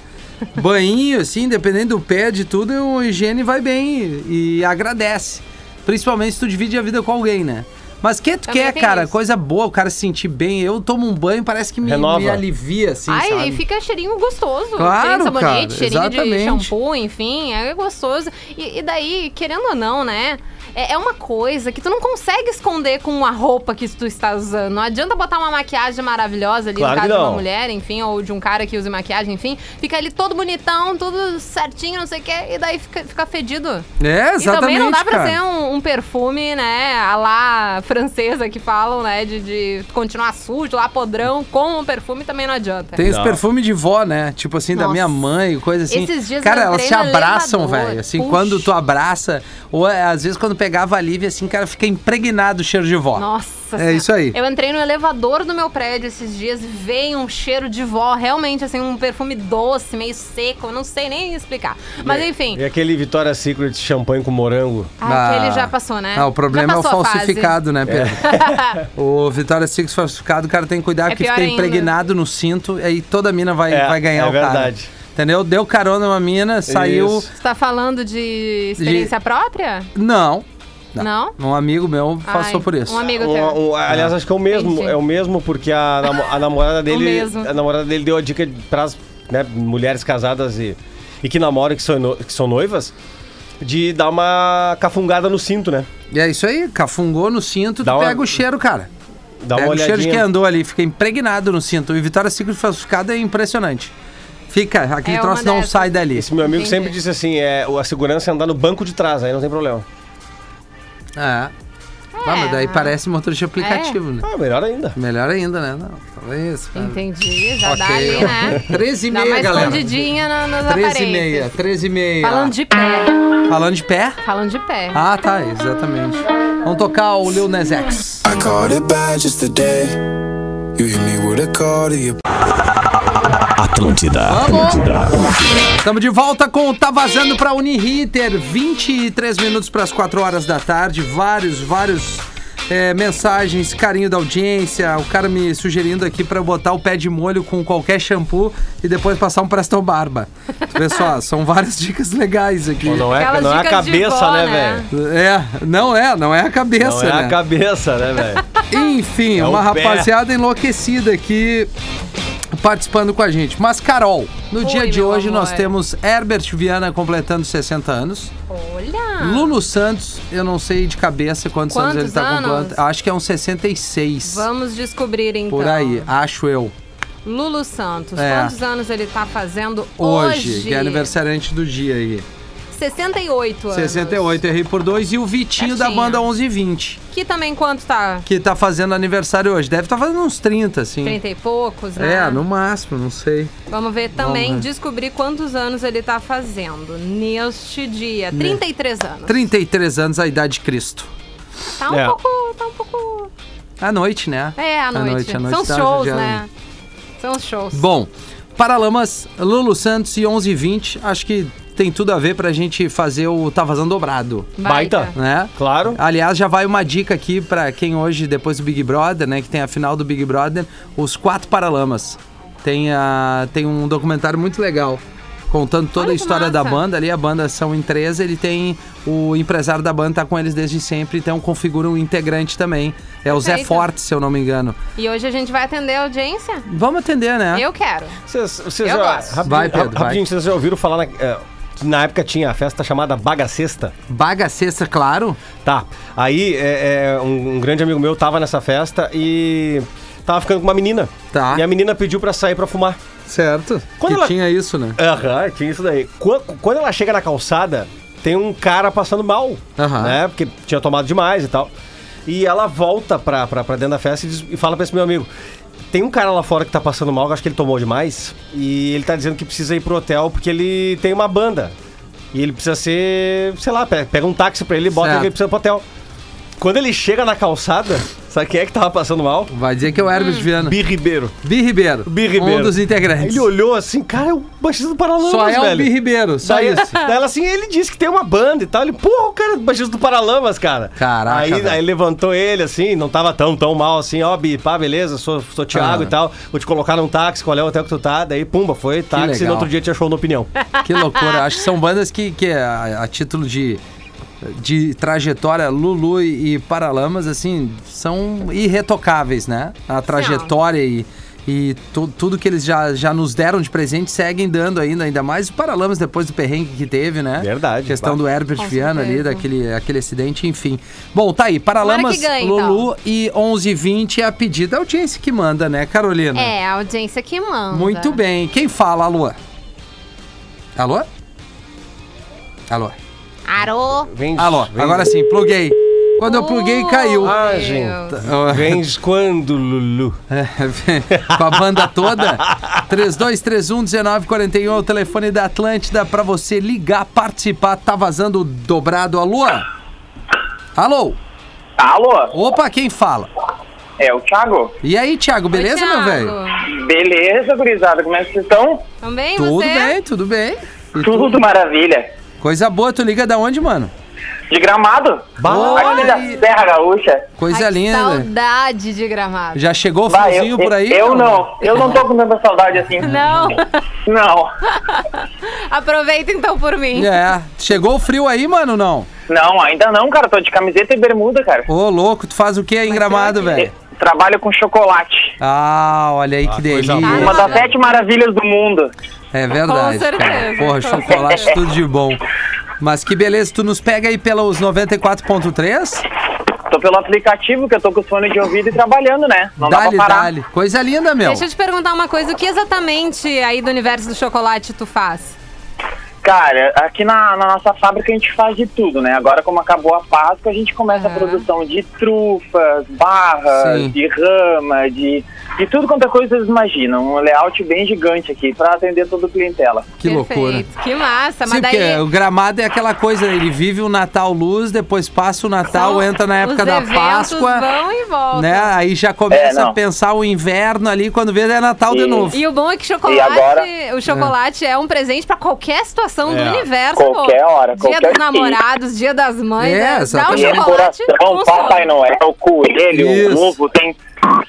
Speaker 3: Banhinho, assim, dependendo do pé, de tudo, o higiene vai bem e agradece. Principalmente se tu divide a vida com alguém, né? Mas que tu
Speaker 4: Também
Speaker 3: quer,
Speaker 4: tem
Speaker 3: cara?
Speaker 4: isso.
Speaker 3: Coisa boa, o cara se sentir bem. Eu tomo um banho, parece que me,
Speaker 5: Renova.
Speaker 3: me alivia, assim,
Speaker 4: Ai,
Speaker 3: sabe?
Speaker 4: e fica cheirinho gostoso.
Speaker 3: Claro,
Speaker 4: cheirinho de sabonete,
Speaker 3: cara,
Speaker 4: cheirinho
Speaker 3: exatamente.
Speaker 4: de shampoo, enfim, é gostoso. E, e daí, querendo ou não, né? É é uma coisa que tu não consegue esconder com a roupa que tu está usando. Não adianta botar uma maquiagem maravilhosa ali
Speaker 5: Claro
Speaker 4: no
Speaker 5: que
Speaker 4: caso de uma
Speaker 5: não.
Speaker 4: mulher, enfim, ou de um cara que use maquiagem, enfim. Fica ali todo bonitão, tudo certinho, não sei o quê, e daí fica, fica fedido. E
Speaker 3: É,
Speaker 4: também
Speaker 3: exatamente.
Speaker 4: não dá pra
Speaker 3: cara.
Speaker 4: ser um, um perfume, né, a lá francesa que falam, né, de, de continuar sujo, lá podrão, com um perfume também não adianta.
Speaker 3: Tem os
Speaker 5: Não.
Speaker 3: perfumes de vó, né? Tipo assim, da
Speaker 4: Nossa.
Speaker 3: minha mãe, coisa assim.
Speaker 4: Esses dias
Speaker 3: Cara,
Speaker 4: eu
Speaker 3: elas
Speaker 4: entrei
Speaker 3: se
Speaker 4: no
Speaker 3: abraçam,
Speaker 4: elevador.
Speaker 3: velho. Assim,
Speaker 4: Puxa.
Speaker 3: quando tu abraça, ou é, às vezes quando pega pegava a Lívia assim, cara, fica impregnado o cheiro de vó.
Speaker 4: Nossa
Speaker 3: É
Speaker 4: Senhora.
Speaker 3: isso aí.
Speaker 4: Eu entrei no elevador do meu prédio esses dias e veio um cheiro de vó, realmente, assim, um perfume doce, meio seco, eu não sei nem explicar.
Speaker 5: É.
Speaker 4: Mas enfim,
Speaker 5: E aquele Vitória Secret champanhe com morango.
Speaker 4: ah,
Speaker 3: Ah.
Speaker 4: aquele já passou, né?
Speaker 3: Ah, o problema é
Speaker 4: Já
Speaker 3: o
Speaker 4: passou a fase.
Speaker 3: falsificado, né, Pedro?
Speaker 5: É.
Speaker 3: o Vitória Six falsificado, o cara tem que cuidar, porque
Speaker 4: É pior
Speaker 3: fica
Speaker 4: ainda.
Speaker 3: impregnado no cinto, aí toda mina vai,
Speaker 5: É,
Speaker 3: vai ganhar
Speaker 5: é
Speaker 3: o cara.
Speaker 5: verdade.
Speaker 3: Entendeu? Deu carona uma mina, saiu.
Speaker 5: Isso.
Speaker 4: Você tá falando de experiência própria?
Speaker 3: Não.
Speaker 4: Não?
Speaker 3: Um amigo meu passou
Speaker 4: Ai,
Speaker 3: por isso.
Speaker 4: Um amigo
Speaker 5: Um-
Speaker 4: teu.
Speaker 5: um- aliás, acho que é o mesmo.
Speaker 4: Entendi.
Speaker 5: É o mesmo, porque a, namo- a namorada dele.
Speaker 4: mesmo.
Speaker 5: a namorada dele deu a dica para as mulheres casadas e, e que namoram, que são, no- que são noivas, de dar uma cafungada no cinto, né?
Speaker 3: E é isso aí, cafungou no cinto,
Speaker 5: Dá
Speaker 3: tu
Speaker 5: uma-
Speaker 3: pega o cheiro, cara.
Speaker 5: Dá
Speaker 3: pega o
Speaker 5: uma olhadinha.
Speaker 3: cheiro É, de quem andou ali, fica impregnado no cinto. E Vitória Secret falsificado é impressionante. Fica, aquele
Speaker 4: É uma
Speaker 3: troço não
Speaker 4: dessas.
Speaker 3: sai dali.
Speaker 5: Esse meu amigo
Speaker 4: Entendi.
Speaker 5: sempre disse assim: é, a segurança é andar no banco de trás, aí não tem problema.
Speaker 3: É. Ah, mas daí parece motorista aplicativo, né?
Speaker 5: Ah, melhor ainda.
Speaker 3: Melhor ainda, né? Não, talvez. cara.
Speaker 4: É. Entendi, já dá
Speaker 3: Ok.
Speaker 4: ali, né?
Speaker 3: 13 e
Speaker 4: Dá uma
Speaker 3: meia, galera.
Speaker 4: escondidinha na, nas
Speaker 3: 13 e
Speaker 4: aparências.
Speaker 3: meia, 13 e meia.
Speaker 4: Falando de pé.
Speaker 3: Falando de pé?
Speaker 4: Falando de pé.
Speaker 5: é
Speaker 3: Ah, tá, exatamente. Vamos tocar o Lil Nas X.
Speaker 7: I caught it bad just today. You hit me with a call to your
Speaker 1: Atlântida.
Speaker 3: Estamos de volta com o Tá Vazando pra Uniriter. 23 minutos para as 4 horas da tarde. Vários, vários é, mensagens, carinho da audiência. O cara me sugerindo aqui pra eu botar o pé de molho com qualquer shampoo e depois passar um Presto Barba. Vê só, são várias dicas legais aqui.
Speaker 5: Não é,
Speaker 4: Aquelas
Speaker 5: não é a
Speaker 4: dicas de
Speaker 5: cabeça,
Speaker 4: vó,
Speaker 5: né,
Speaker 4: né?
Speaker 5: velho?
Speaker 3: É, não é, não é a
Speaker 5: Não
Speaker 3: cabeça,
Speaker 5: é
Speaker 3: né?
Speaker 5: a cabeça, né, velho?
Speaker 3: Enfim,
Speaker 5: É
Speaker 3: uma
Speaker 5: o pé.
Speaker 3: rapaziada enlouquecida aqui participando com a gente. Mas, Carol, no dia de
Speaker 4: meu
Speaker 3: hoje
Speaker 4: amor.
Speaker 3: nós temos Herbert Viana completando 60 anos.
Speaker 4: Olha.
Speaker 3: Luno Santos, eu não sei de cabeça quantos, anos ele
Speaker 4: Quantos
Speaker 3: tá
Speaker 4: anos?
Speaker 3: completando. Acho que é uns 66.
Speaker 4: Vamos descobrir então.
Speaker 3: por aí, acho eu.
Speaker 4: Lulu Santos,
Speaker 3: É.
Speaker 4: quantos anos ele tá fazendo
Speaker 3: Hoje,
Speaker 4: hoje?
Speaker 3: que é aniversariante do dia aí.
Speaker 4: 68 anos.
Speaker 3: 68, errei por dois. E o Vitinho da
Speaker 4: Certinho.
Speaker 3: banda 1120,
Speaker 4: Que também quanto tá?
Speaker 3: que tá fazendo aniversário hoje. Deve estar fazendo uns 30, assim.
Speaker 4: 30 e poucos, né?
Speaker 3: É, no máximo, não sei.
Speaker 4: Vamos ver também,
Speaker 3: Vamos ver.
Speaker 4: descobrir quantos anos ele tá fazendo neste dia.
Speaker 3: Né.
Speaker 4: 33 anos.
Speaker 3: 33 anos, a idade de Cristo.
Speaker 4: Tá um
Speaker 5: É.
Speaker 4: pouco, tá um pouco...
Speaker 3: À noite, né?
Speaker 4: É, à noite.
Speaker 3: à
Speaker 4: São
Speaker 3: tá
Speaker 4: shows,
Speaker 3: judiando.
Speaker 4: né? São os shows.
Speaker 3: Bom, Paralamas, Lulu Santos e 11h20, acho que tem tudo a ver pra gente fazer o Tá Vazando Dobrado,
Speaker 5: Baita.
Speaker 3: né?
Speaker 5: Claro.
Speaker 3: Aliás, já vai uma dica aqui pra quem hoje, depois do Big Brother, né, que tem a final do Big Brother, os quatro Paralamas. Tem, a, tem um documentário muito legal. Contando toda
Speaker 4: Olha
Speaker 3: a
Speaker 4: que
Speaker 3: história da
Speaker 4: massa.
Speaker 3: banda ali, a banda são em 13, ele tem. O empresário da banda tá com eles desde sempre, então configura um integrante também. É o Zé
Speaker 4: Perfeito.
Speaker 3: Forte, se eu não me engano.
Speaker 4: E hoje a gente vai atender a audiência?
Speaker 3: Vamos atender, né?
Speaker 4: Eu quero.
Speaker 5: Vocês, vocês
Speaker 4: Eu
Speaker 5: já,
Speaker 4: gosto.
Speaker 5: rapidinho-
Speaker 3: Vai, Pedro,
Speaker 5: rap- rapidinho, vocês já ouviram falar na, é, que na época tinha a festa chamada Bagacesta?
Speaker 3: Baga sexta, claro.
Speaker 5: Tá. Aí é, é, um, um grande amigo meu tava nessa festa e tava ficando com uma menina.
Speaker 3: Tá.
Speaker 5: E a menina pediu pra sair pra fumar.
Speaker 3: Certo.
Speaker 5: Quando
Speaker 3: que
Speaker 5: ela-
Speaker 3: tinha isso, né?
Speaker 5: Aham, tinha isso daí. Quan- Quando, ela chega na calçada, tem um cara passando mal,
Speaker 3: Aham.
Speaker 5: né? Porque tinha tomado demais e tal. E ela volta pra, pra, pra dentro da festa e, diz- e fala pra esse meu amigo: tem um cara lá fora que tá passando mal, que eu acho que ele tomou demais, e ele tá dizendo que precisa ir pro hotel porque ele tem uma banda. E ele precisa ser, sei lá, pe- pega um táxi pra ele e bota
Speaker 3: Certo.
Speaker 5: ele precisa ir pro hotel. Quando ele chega na calçada, sabe quem é que tava passando mal?
Speaker 3: Vai dizer que é o Herbert
Speaker 4: Hum.
Speaker 3: Viana.
Speaker 5: Bi Ribeiro.
Speaker 3: Bi Ribeiro.
Speaker 5: Bi Ribeiro.
Speaker 3: Um dos integrantes.
Speaker 5: Ele olhou assim, cara, é o baixista do Paralamas,
Speaker 3: Só é
Speaker 5: velho.
Speaker 3: o Bi Ribeiro, só
Speaker 5: Daí,
Speaker 3: isso.
Speaker 5: daí ela assim, ele disse que tem uma banda e tal. Ele, porra, o cara é do baixista do Paralamas, cara.
Speaker 3: Caraca,
Speaker 5: Aí,
Speaker 3: velho.
Speaker 5: aí levantou ele assim, não tava tão, tão mal assim, ó, Bi, pá, beleza, sou, sou Thiago
Speaker 3: Ah.
Speaker 5: e tal. Vou te colocar num táxi, qual é o hotel que tu tá? Daí, pumba, foi táxi e
Speaker 3: legal.
Speaker 5: no outro dia te achou na opinião.
Speaker 3: Que loucura. Acho que são bandas que, que a, a título de, de trajetória, Lulu e, e Paralamas, assim, são irretocáveis, né? A trajetória e, e tu- tudo que eles já, já nos deram de presente seguem dando ainda, ainda mais o Paralamas depois do perrengue que teve, né?
Speaker 5: Verdade.
Speaker 3: Questão do Herbert
Speaker 4: Com
Speaker 3: Viana ali,
Speaker 4: certeza.
Speaker 3: daquele aquele acidente, enfim. Bom, tá aí. Paralamas,
Speaker 4: que então. ganhe,
Speaker 3: Lulu e 11h20 é a pedida. A audiência que manda, né, Carolina?
Speaker 4: É, a audiência que manda.
Speaker 3: Muito bem. Quem fala, alô? Alô? Alô?
Speaker 4: Arô.
Speaker 5: Vem,
Speaker 3: Alô,
Speaker 5: vem-
Speaker 3: agora sim, pluguei. Quando eu
Speaker 4: Oh.
Speaker 3: pluguei, caiu.
Speaker 5: Ah, gente. Vens quando, Lulu?
Speaker 3: É, com a banda toda. 3231-1941 é o telefone da Atlântida pra você ligar, participar. Tá vazando dobrado. Alô? Alô?
Speaker 8: Alô?
Speaker 3: Opa, quem fala?
Speaker 8: É o Thiago?
Speaker 3: E aí, Thiago, beleza,
Speaker 4: Thiago,
Speaker 3: meu velho?
Speaker 8: Beleza, gurizada, como é que vocês estão?
Speaker 4: Também
Speaker 3: Tudo
Speaker 4: você?
Speaker 3: bem, tudo bem. E tu?
Speaker 8: Tudo maravilha.
Speaker 3: Coisa boa, tu liga da onde, mano?
Speaker 8: De gramado?
Speaker 3: Bah,
Speaker 8: Aqui
Speaker 3: aí.
Speaker 8: da Serra Gaúcha.
Speaker 3: Coisa
Speaker 4: Ai, que
Speaker 3: linda.
Speaker 4: saudade de gramado.
Speaker 3: Já chegou o
Speaker 8: Vai,
Speaker 3: friozinho
Speaker 8: eu,
Speaker 3: por aí?
Speaker 8: Eu não, eu não tô com tanta saudade assim.
Speaker 4: Não.
Speaker 8: Não,
Speaker 4: Aproveita então por mim.
Speaker 3: É, chegou o frio aí, mano, não?
Speaker 8: não, ainda não, cara. Tô de camiseta e bermuda, cara.
Speaker 3: Ô, louco, tu faz o que aí em Gramado, velho?
Speaker 8: E- Trabalho com chocolate.
Speaker 3: Ah, olha aí que
Speaker 5: coisa
Speaker 3: delícia.
Speaker 5: boa.
Speaker 8: Uma das sete maravilhas do mundo.
Speaker 3: É verdade.
Speaker 4: Com certeza,
Speaker 3: cara. Porra,
Speaker 4: com
Speaker 3: chocolate,
Speaker 4: certeza.
Speaker 3: tudo de bom. Mas que beleza, tu nos pega aí pelos 94.3?
Speaker 8: Tô pelo aplicativo que eu tô com fone de ouvido e trabalhando, né? Não dá
Speaker 3: Dali,
Speaker 8: pra parar.
Speaker 3: dali. Coisa linda, meu.
Speaker 4: Deixa eu te perguntar uma coisa, o que exatamente aí do universo do chocolate tu faz?
Speaker 8: Cara, aqui na, na nossa fábrica a gente faz de tudo, né? Agora, como acabou a Páscoa, a gente começa
Speaker 4: Aham.
Speaker 8: a produção de trufas, barras,
Speaker 3: Sim.
Speaker 8: de rama, de, de tudo quanto é coisa vocês imaginam. Um layout bem gigante aqui pra atender toda a clientela.
Speaker 3: Que loucura.
Speaker 4: Que massa,
Speaker 3: Sim,
Speaker 4: Tá, mas daí...
Speaker 3: porque o gramado é aquela coisa, né? ele vive o Natal luz, depois passa o Natal,
Speaker 4: são-
Speaker 3: entra na época
Speaker 4: os
Speaker 3: da
Speaker 4: eventos
Speaker 3: Páscoa,
Speaker 4: vão e voltam.
Speaker 3: né? Aí já começa
Speaker 8: É,
Speaker 3: a
Speaker 8: não.
Speaker 3: pensar o inverno ali, quando vê é Natal de
Speaker 8: Sim.
Speaker 3: novo.
Speaker 4: E o bom é que chocolate,
Speaker 8: E agora?
Speaker 4: o chocolate é. um presente pra qualquer situação do
Speaker 5: É.
Speaker 4: universo,
Speaker 8: Qualquer
Speaker 4: pô.
Speaker 8: hora,
Speaker 4: Dia
Speaker 8: qualquer
Speaker 4: dos
Speaker 8: dia.
Speaker 4: namorados, dia das mães,
Speaker 3: É,
Speaker 4: né? dá um
Speaker 3: exatamente.
Speaker 8: E no
Speaker 4: chocolate.
Speaker 8: coração, Papai
Speaker 4: funciona.
Speaker 8: Noel, coelho,
Speaker 3: Isso.
Speaker 8: ovo, tem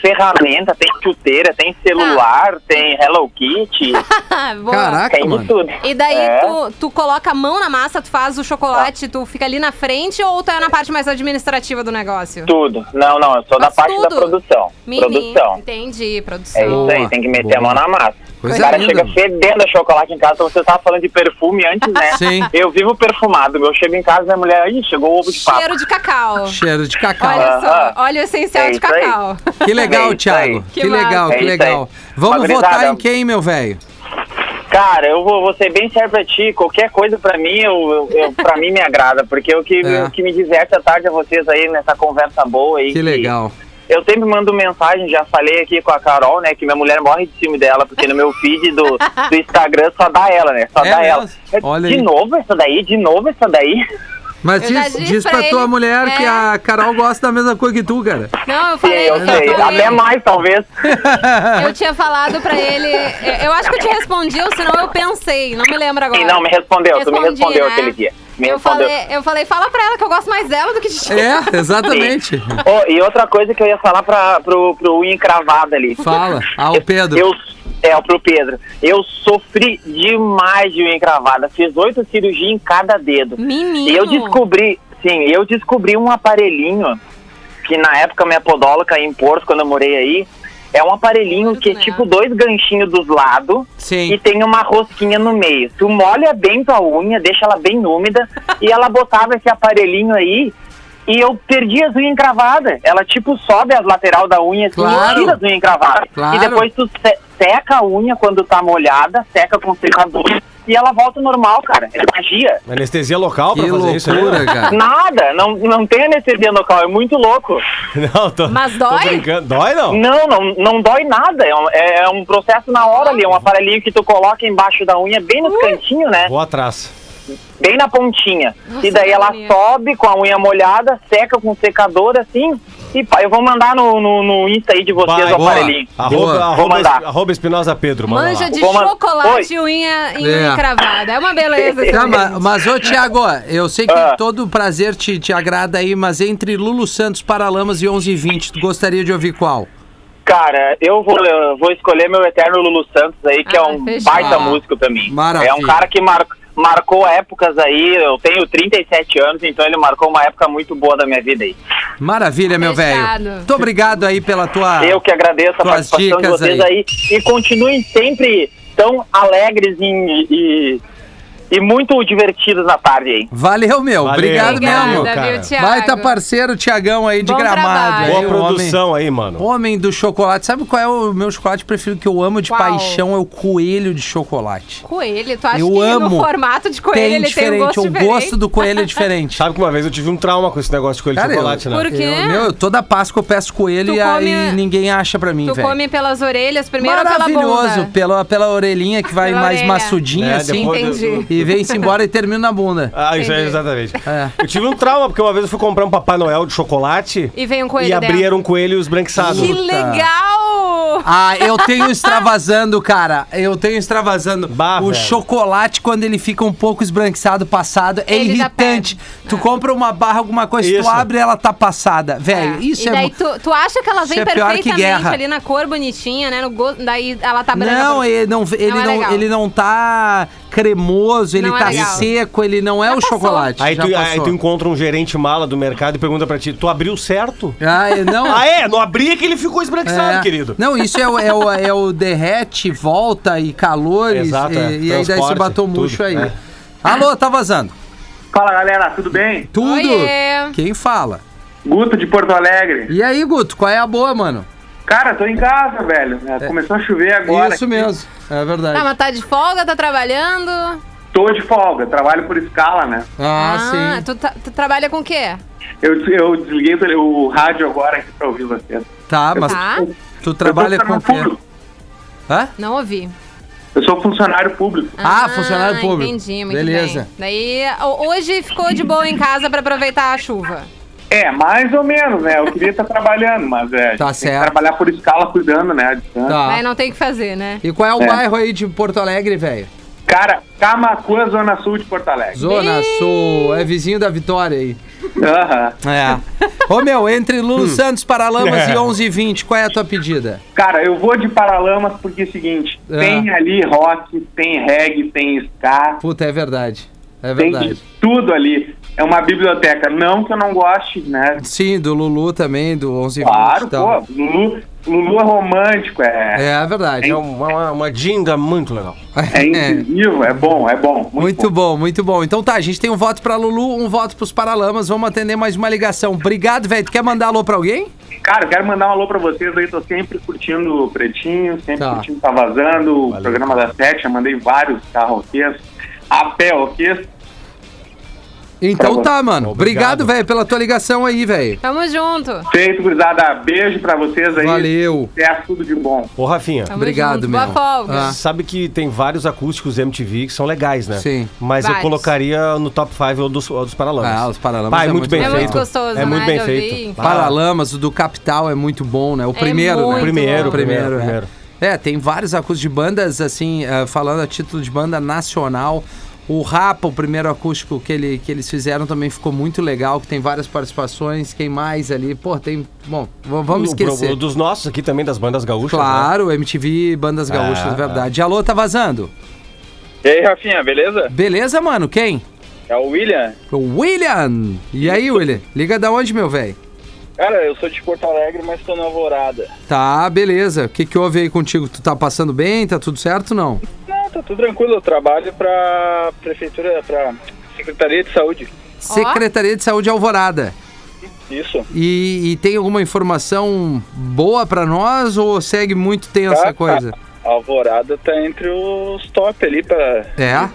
Speaker 8: ferramenta, tem chuteira, tem celular,
Speaker 4: Tá.
Speaker 8: tem Hello Kitty,
Speaker 4: Ah, Boa.
Speaker 3: Caraca,
Speaker 8: tem de
Speaker 3: mano.
Speaker 8: tudo.
Speaker 4: E daí
Speaker 8: É.
Speaker 4: tu, tu coloca a mão na massa, tu faz o chocolate, tu fica ali na frente ou tu é na parte mais administrativa do negócio?
Speaker 8: Tudo. Não, não, eu sou da
Speaker 4: Faz
Speaker 8: parte da
Speaker 4: tudo.
Speaker 8: produção.
Speaker 4: Menino,
Speaker 8: Produção.
Speaker 4: entendi, produção.
Speaker 8: É isso aí, tem que meter
Speaker 3: Boa.
Speaker 8: a mão na massa.
Speaker 3: Coisa
Speaker 8: o cara
Speaker 3: linda.
Speaker 8: chega fedendo a chocolate em casa, então você tava falando de perfume antes, né?
Speaker 3: Sim.
Speaker 8: Eu vivo perfumado, eu chego em casa, minha mulher, aí chegou o ovo de papo.
Speaker 4: Cheiro de cacau.
Speaker 3: Cheiro de cacau.
Speaker 4: Olha
Speaker 8: Aham.
Speaker 4: só, olha o essencial
Speaker 8: É
Speaker 4: de
Speaker 8: isso aí.
Speaker 4: cacau.
Speaker 3: Que legal,
Speaker 8: É isso aí.
Speaker 3: Thiago. Que,
Speaker 4: Que massa.
Speaker 3: legal,
Speaker 8: É
Speaker 3: que
Speaker 8: isso aí.
Speaker 3: legal. Vamos
Speaker 8: Gurizada,
Speaker 3: votar em quem, meu velho?
Speaker 8: Cara, eu vou, vou ser bem sério pra ti, qualquer coisa pra mim, eu, eu, eu- pra mim me agrada, porque o que,
Speaker 3: É.
Speaker 8: o que me diverte à tarde a vocês aí nessa conversa boa aí.
Speaker 3: Que legal.
Speaker 8: Eu sempre mando mensagem, já falei aqui com a Carol, né? Que minha mulher morre de ciúme dela, porque no meu feed do, do Instagram só dá ela, né? Só
Speaker 3: É
Speaker 8: dá
Speaker 3: mesmo?
Speaker 8: ela. Eu,
Speaker 3: Olha
Speaker 8: de
Speaker 3: aí.
Speaker 8: novo essa daí, de novo essa daí.
Speaker 3: Mas
Speaker 4: Eu
Speaker 3: diz,
Speaker 4: já disse
Speaker 3: diz pra,
Speaker 4: pra ele-
Speaker 3: tua mulher
Speaker 4: É.
Speaker 3: que a Carol gosta da mesma coisa que tu, cara.
Speaker 4: Não, eu
Speaker 8: Sim,
Speaker 4: falei.
Speaker 8: eu
Speaker 4: eu
Speaker 8: sei.
Speaker 4: falei-
Speaker 8: Até mais, talvez.
Speaker 4: Eu tinha falado pra ele. eu- Eu acho que eu te respondi, ou senão eu pensei. Não me lembro agora.
Speaker 8: E não, me respondeu. tu me
Speaker 4: Respondi,
Speaker 8: respondeu
Speaker 4: né?
Speaker 8: aquele dia. Me
Speaker 4: eu,
Speaker 8: respondeu.
Speaker 4: falei, eu falei, fala pra ela que eu gosto mais dela do que de ti.
Speaker 3: É, exatamente.
Speaker 8: Ô, e outra coisa que eu ia falar pra, pro, pro unha encravada ali.
Speaker 3: Fala. Ah, o Pedro.
Speaker 8: Eu, é, pro Pedro. Eu sofri demais de unha encravada. Fiz oito cirurgias em cada dedo.
Speaker 4: Menino.
Speaker 8: E eu descobri, sim, eu descobri um aparelhinho que na época minha podóloga em Porto, quando eu morei aí, é um aparelhinho que é
Speaker 4: né?
Speaker 8: tipo dois ganchinhos dos lados
Speaker 3: Sim.
Speaker 8: e tem uma rosquinha no meio. Tu molha bem tua unha, deixa ela bem úmida e ela botava esse aparelhinho aí e eu perdi as unhas encravadas. Ela tipo sobe as lateral da unha assim,
Speaker 3: Claro.
Speaker 8: e tira as unhas encravadas.
Speaker 3: Claro.
Speaker 8: E depois tu se- seca a unha quando tá molhada, seca com secador e ela volta ao normal, cara. É magia.
Speaker 5: Anestesia local pra
Speaker 3: Que
Speaker 5: fazer isso aí? né?
Speaker 3: loucura, cara.
Speaker 8: Nada, não, não tem anestesia local, é muito louco.
Speaker 5: Não, tô,
Speaker 4: Mas
Speaker 5: tô
Speaker 4: dói?
Speaker 5: brincando. Dói não?
Speaker 8: Não, não, não dói nada, é um, é um processo na hora ali, é um aparelhinho que tu coloca embaixo da unha, bem nos cantinhos, né?
Speaker 5: Vou atrás.
Speaker 8: Bem na pontinha.
Speaker 4: Nossa,
Speaker 8: e daí
Speaker 4: que
Speaker 8: ela
Speaker 4: agonia.
Speaker 8: sobe com a unha molhada, seca com secador assim, e pá, eu vou mandar no, no, no Insta aí de vocês
Speaker 5: Vai,
Speaker 8: o
Speaker 5: boa.
Speaker 8: aparelhinho.
Speaker 5: Arroba,
Speaker 3: Boa.
Speaker 8: Vou
Speaker 5: arroba,
Speaker 8: mandar.
Speaker 5: Es- arroba Espinosa Pedro, manda lá.
Speaker 4: Manja de
Speaker 8: Vou ma-
Speaker 4: chocolate e unha em
Speaker 3: É.
Speaker 4: encravada. É uma beleza. esse
Speaker 3: Tá, ma-
Speaker 4: momento.
Speaker 3: mas, ô Tiago, eu sei que
Speaker 8: Ah.
Speaker 3: todo prazer te, te agrada aí, mas entre Lulu Santos, Paralamas e 11h20, tu gostaria de ouvir qual?
Speaker 8: Cara, eu vou, eu vou escolher meu eterno Lulu Santos aí, que
Speaker 4: Ah,
Speaker 8: é um
Speaker 4: fechou.
Speaker 8: baita
Speaker 3: Ah,
Speaker 8: músico também.
Speaker 3: maravilha.
Speaker 8: É um cara que mar- marcou épocas aí, eu tenho 37 anos, então ele marcou uma época muito boa da minha vida aí.
Speaker 3: Maravilha, meu
Speaker 4: Fechado.
Speaker 3: velho. Muito obrigado aí pela tua.
Speaker 8: Eu que agradeço a
Speaker 3: Tuas
Speaker 8: participação de
Speaker 3: dicas
Speaker 8: vocês
Speaker 3: aí.
Speaker 8: aí. e continuem sempre tão alegres em- e, e muito divertidos na tarde aí.
Speaker 3: Valeu, meu.
Speaker 5: Valeu.
Speaker 3: Obrigado
Speaker 4: Obrigada,
Speaker 3: mesmo.
Speaker 5: cara.
Speaker 4: viu, Thiago?
Speaker 3: Vai tá parceiro, Tiagão aí de
Speaker 4: Bom
Speaker 3: gramado.
Speaker 4: trabalho.
Speaker 3: aí,
Speaker 5: Boa
Speaker 3: o homem-
Speaker 5: produção aí, mano.
Speaker 3: Homem do chocolate. Sabe qual é o meu chocolate preferido que eu amo de
Speaker 4: Qual?
Speaker 3: paixão? É o coelho de chocolate.
Speaker 4: Coelho, tu acha
Speaker 3: Eu
Speaker 4: que
Speaker 3: amo.
Speaker 4: no formato de coelho
Speaker 3: tem
Speaker 4: ele
Speaker 3: diferente.
Speaker 4: tem um gosto
Speaker 3: o
Speaker 4: diferente?
Speaker 3: gosto do coelho é diferente.
Speaker 5: Sabe que uma vez eu tive um trauma com esse negócio de coelho de
Speaker 3: Cara, eu-
Speaker 5: chocolate, né?
Speaker 4: Por quê?
Speaker 3: Eu, meu, eu toda Páscoa eu peço coelho
Speaker 4: Tu
Speaker 3: e aí
Speaker 4: come-
Speaker 3: ninguém acha pra mim,
Speaker 4: Tu
Speaker 3: velho.
Speaker 4: come pelas orelhas primeiro ou pela
Speaker 3: Maravilhoso,
Speaker 4: bunda? Ah,
Speaker 3: pela, pela orelhinha que vai
Speaker 4: Pela
Speaker 3: mais
Speaker 4: orelha.
Speaker 3: maçudinha,
Speaker 5: É,
Speaker 3: assim.
Speaker 5: depois
Speaker 4: entendi.
Speaker 3: E
Speaker 5: eu-
Speaker 3: E vem-se embora e termina na bunda.
Speaker 5: Ah, isso aí,
Speaker 4: Entendi.
Speaker 5: exatamente.
Speaker 3: É.
Speaker 5: Eu tive um trauma, porque uma vez eu fui comprar um Papai Noel de chocolate
Speaker 4: E veio um coelho
Speaker 5: e abriram um coelho esbranquiçado.
Speaker 4: Que legal!
Speaker 3: Ah, eu tenho um extravasando, cara. Eu tenho um extravasando.
Speaker 5: Bah,
Speaker 3: o
Speaker 5: velho.
Speaker 3: chocolate, quando ele fica um pouco esbranquiçado, passado, é
Speaker 4: Ele já
Speaker 3: irritante. Tu compra uma barra, alguma coisa, tu
Speaker 5: Isso.
Speaker 3: abre ela tá passada. Velho, isso
Speaker 4: Ah, e
Speaker 3: é.
Speaker 4: daí
Speaker 3: mu-
Speaker 4: tu, tu acha que ela vem
Speaker 3: Isso é pior que
Speaker 4: perfeitamente
Speaker 3: guerra.
Speaker 4: ali na cor bonitinha, né? No go... Daí ela tá branca.
Speaker 3: Não,
Speaker 4: por-
Speaker 3: ele não, ele,
Speaker 4: Não é
Speaker 3: não,
Speaker 4: legal.
Speaker 3: ele não tá cremoso, ele
Speaker 4: Não é
Speaker 3: tá
Speaker 4: legal.
Speaker 3: seco, ele não é
Speaker 4: Já
Speaker 3: o
Speaker 4: passou.
Speaker 3: chocolate.
Speaker 5: Aí
Speaker 3: já
Speaker 5: tu, aí
Speaker 3: passou.
Speaker 5: tu encontra um gerente mala do mercado e pergunta pra ti, tu abriu certo?
Speaker 3: Ah, é, não.
Speaker 5: Ah, é? Não abria que ele ficou esbranquiçado,
Speaker 3: É.
Speaker 5: querido.
Speaker 3: Não, isso é o, é o- é o derrete, volta e calores.
Speaker 5: Exato,
Speaker 3: e,
Speaker 5: é.
Speaker 3: e aí daí se
Speaker 5: Transporte,
Speaker 3: bateu murcho
Speaker 5: tudo,
Speaker 3: aí.
Speaker 5: é.
Speaker 3: Alô, tá vazando.
Speaker 9: Fala galera, tudo bem?
Speaker 3: Tudo.
Speaker 4: Oiê.
Speaker 3: Quem fala?
Speaker 9: Guto de Porto Alegre.
Speaker 3: E aí, Guto, qual é a boa, mano?
Speaker 9: Cara, tô em casa, velho. É, Começou a chover agora.
Speaker 3: isso mesmo. É verdade.
Speaker 4: Ah, mas tá de folga, tá trabalhando.
Speaker 9: Tô de folga, trabalho por escala, né?
Speaker 3: Ah, sim.
Speaker 4: Tu, tá- tu trabalha com o quê?
Speaker 9: Eu, eu desliguei o, tele- o rádio agora aqui pra ouvir vocês.
Speaker 3: Tá, mas
Speaker 4: Tá?
Speaker 3: tu trabalha
Speaker 9: eu
Speaker 3: com
Speaker 9: sou
Speaker 3: o quê?
Speaker 9: funcionário público.
Speaker 3: Hã?
Speaker 4: Não ouvi.
Speaker 3: É.
Speaker 9: Eu sou funcionário público.
Speaker 3: Ah, funcionário público.
Speaker 4: Entendi, muito
Speaker 3: Beleza.
Speaker 4: bem. Daí, ho- hoje ficou de boa em casa pra aproveitar a chuva.
Speaker 9: É, mais ou menos, né? Eu queria estar trabalhando, mas é.
Speaker 3: Tá
Speaker 9: tem que
Speaker 3: certo.
Speaker 9: trabalhar por escala cuidando, né? à distância.
Speaker 4: Daí
Speaker 3: Tá.
Speaker 4: não tem o que fazer, né?
Speaker 3: E qual é o
Speaker 9: É.
Speaker 3: bairro aí de Porto Alegre, velho?
Speaker 9: Cara, Camacuã, Zona Sul de Porto Alegre.
Speaker 3: Zona Sul, é vizinho da Vitória aí.
Speaker 9: Aham.
Speaker 3: É. Ô meu, entre
Speaker 5: Hum.
Speaker 3: Lulu Santos, Paralamas e 11h20, qual é a tua pedida?
Speaker 9: Cara, eu vou de Paralamas porque é o seguinte:
Speaker 3: Ah.
Speaker 9: tem ali rock, tem reggae, tem ska.
Speaker 3: Puta, é verdade. É
Speaker 9: Tem
Speaker 3: verdade.
Speaker 9: de tudo ali. É uma biblioteca. Não que eu não goste, né?
Speaker 3: Sim, do Lulu também, do 11
Speaker 9: Claro, pô. Lulu, Lulu é romântico, é,
Speaker 3: Então. É, é verdade.
Speaker 5: É uma, uma, uma dinga muito legal.
Speaker 9: é incisivo, é bom, é bom. Muito,
Speaker 3: Muito bom, muito bom. Então tá, a gente tem um voto pra Lulu, um voto pros Paralamas. Vamos atender mais uma ligação. Obrigado, velho. Tu quer mandar alô pra alguém?
Speaker 9: Cara, quero mandar um alô pra vocês aí. Tô sempre curtindo o Pretinho, sempre
Speaker 3: Tá.
Speaker 9: curtindo Tá Vazando, o programa da Sete. Eu mandei vários carroquês, a pé roquês.
Speaker 3: Então tá, mano.
Speaker 5: Obrigado.
Speaker 3: Obrigado, velho, pela tua ligação aí, velho.
Speaker 4: Tamo junto.
Speaker 9: Feito, gurizada. Beijo pra vocês aí.
Speaker 3: Valeu.
Speaker 9: É tudo de bom.
Speaker 5: Ô, Rafinha.
Speaker 4: Tamo
Speaker 3: Obrigado,
Speaker 4: junto.
Speaker 3: meu.
Speaker 4: Boa folga.
Speaker 3: Ah.
Speaker 5: Sabe que tem vários acústicos MTV que são legais, né?
Speaker 3: Sim.
Speaker 5: Mas eu
Speaker 4: Vários.
Speaker 5: colocaria no top 5 dos, o dos Paralamas.
Speaker 3: Ah, os Paralamas
Speaker 5: Pai,
Speaker 3: é
Speaker 5: muito,
Speaker 3: muito
Speaker 5: bem
Speaker 3: legal.
Speaker 5: feito.
Speaker 3: É muito
Speaker 4: gostoso,
Speaker 5: É muito
Speaker 4: né,
Speaker 5: bem
Speaker 4: de
Speaker 5: feito.
Speaker 4: ouvir.
Speaker 5: Ah,
Speaker 3: Paralamas, o do Capital é muito bom, né? O primeiro, né?
Speaker 4: muito
Speaker 5: Primeiro,
Speaker 4: bom.
Speaker 3: O primeiro,
Speaker 5: primeiro,
Speaker 3: né?
Speaker 5: primeiro.
Speaker 3: É, tem vários acústicos de bandas, assim, eh, falando a título de banda nacional. O Rapa, o primeiro acústico que, ele, que eles fizeram também ficou muito legal, que tem várias participações. Quem mais ali? Pô, tem. Bom, v- vamos
Speaker 5: O pro-
Speaker 3: esquecer.
Speaker 5: o dos nossos aqui também, das bandas gaúchas. né?
Speaker 3: Claro, MTV, bandas gaúchas,
Speaker 5: Ah,
Speaker 3: verdade. Alô, tá vazando?
Speaker 9: E aí, Rafinha, beleza?
Speaker 3: Beleza, mano? Quem?
Speaker 9: É o William.
Speaker 3: O William! E aí, William? Liga da onde, meu velho?
Speaker 9: Cara, eu sou de Porto Alegre, mas tô na Alvorada.
Speaker 3: Tá, beleza. O que, que houve aí contigo? Tu tá passando bem? Tá tudo certo não?
Speaker 9: Não, tá tudo tranquilo. Eu trabalho pra prefeitura, pra Secretaria de Saúde.
Speaker 3: Secretaria de Saúde Alvorada.
Speaker 9: Isso.
Speaker 3: E, e tem alguma informação boa pra nós ou segue muito tensa
Speaker 9: Tá,
Speaker 3: a coisa?
Speaker 9: A Alvorada tá entre os top ali pra.
Speaker 3: É?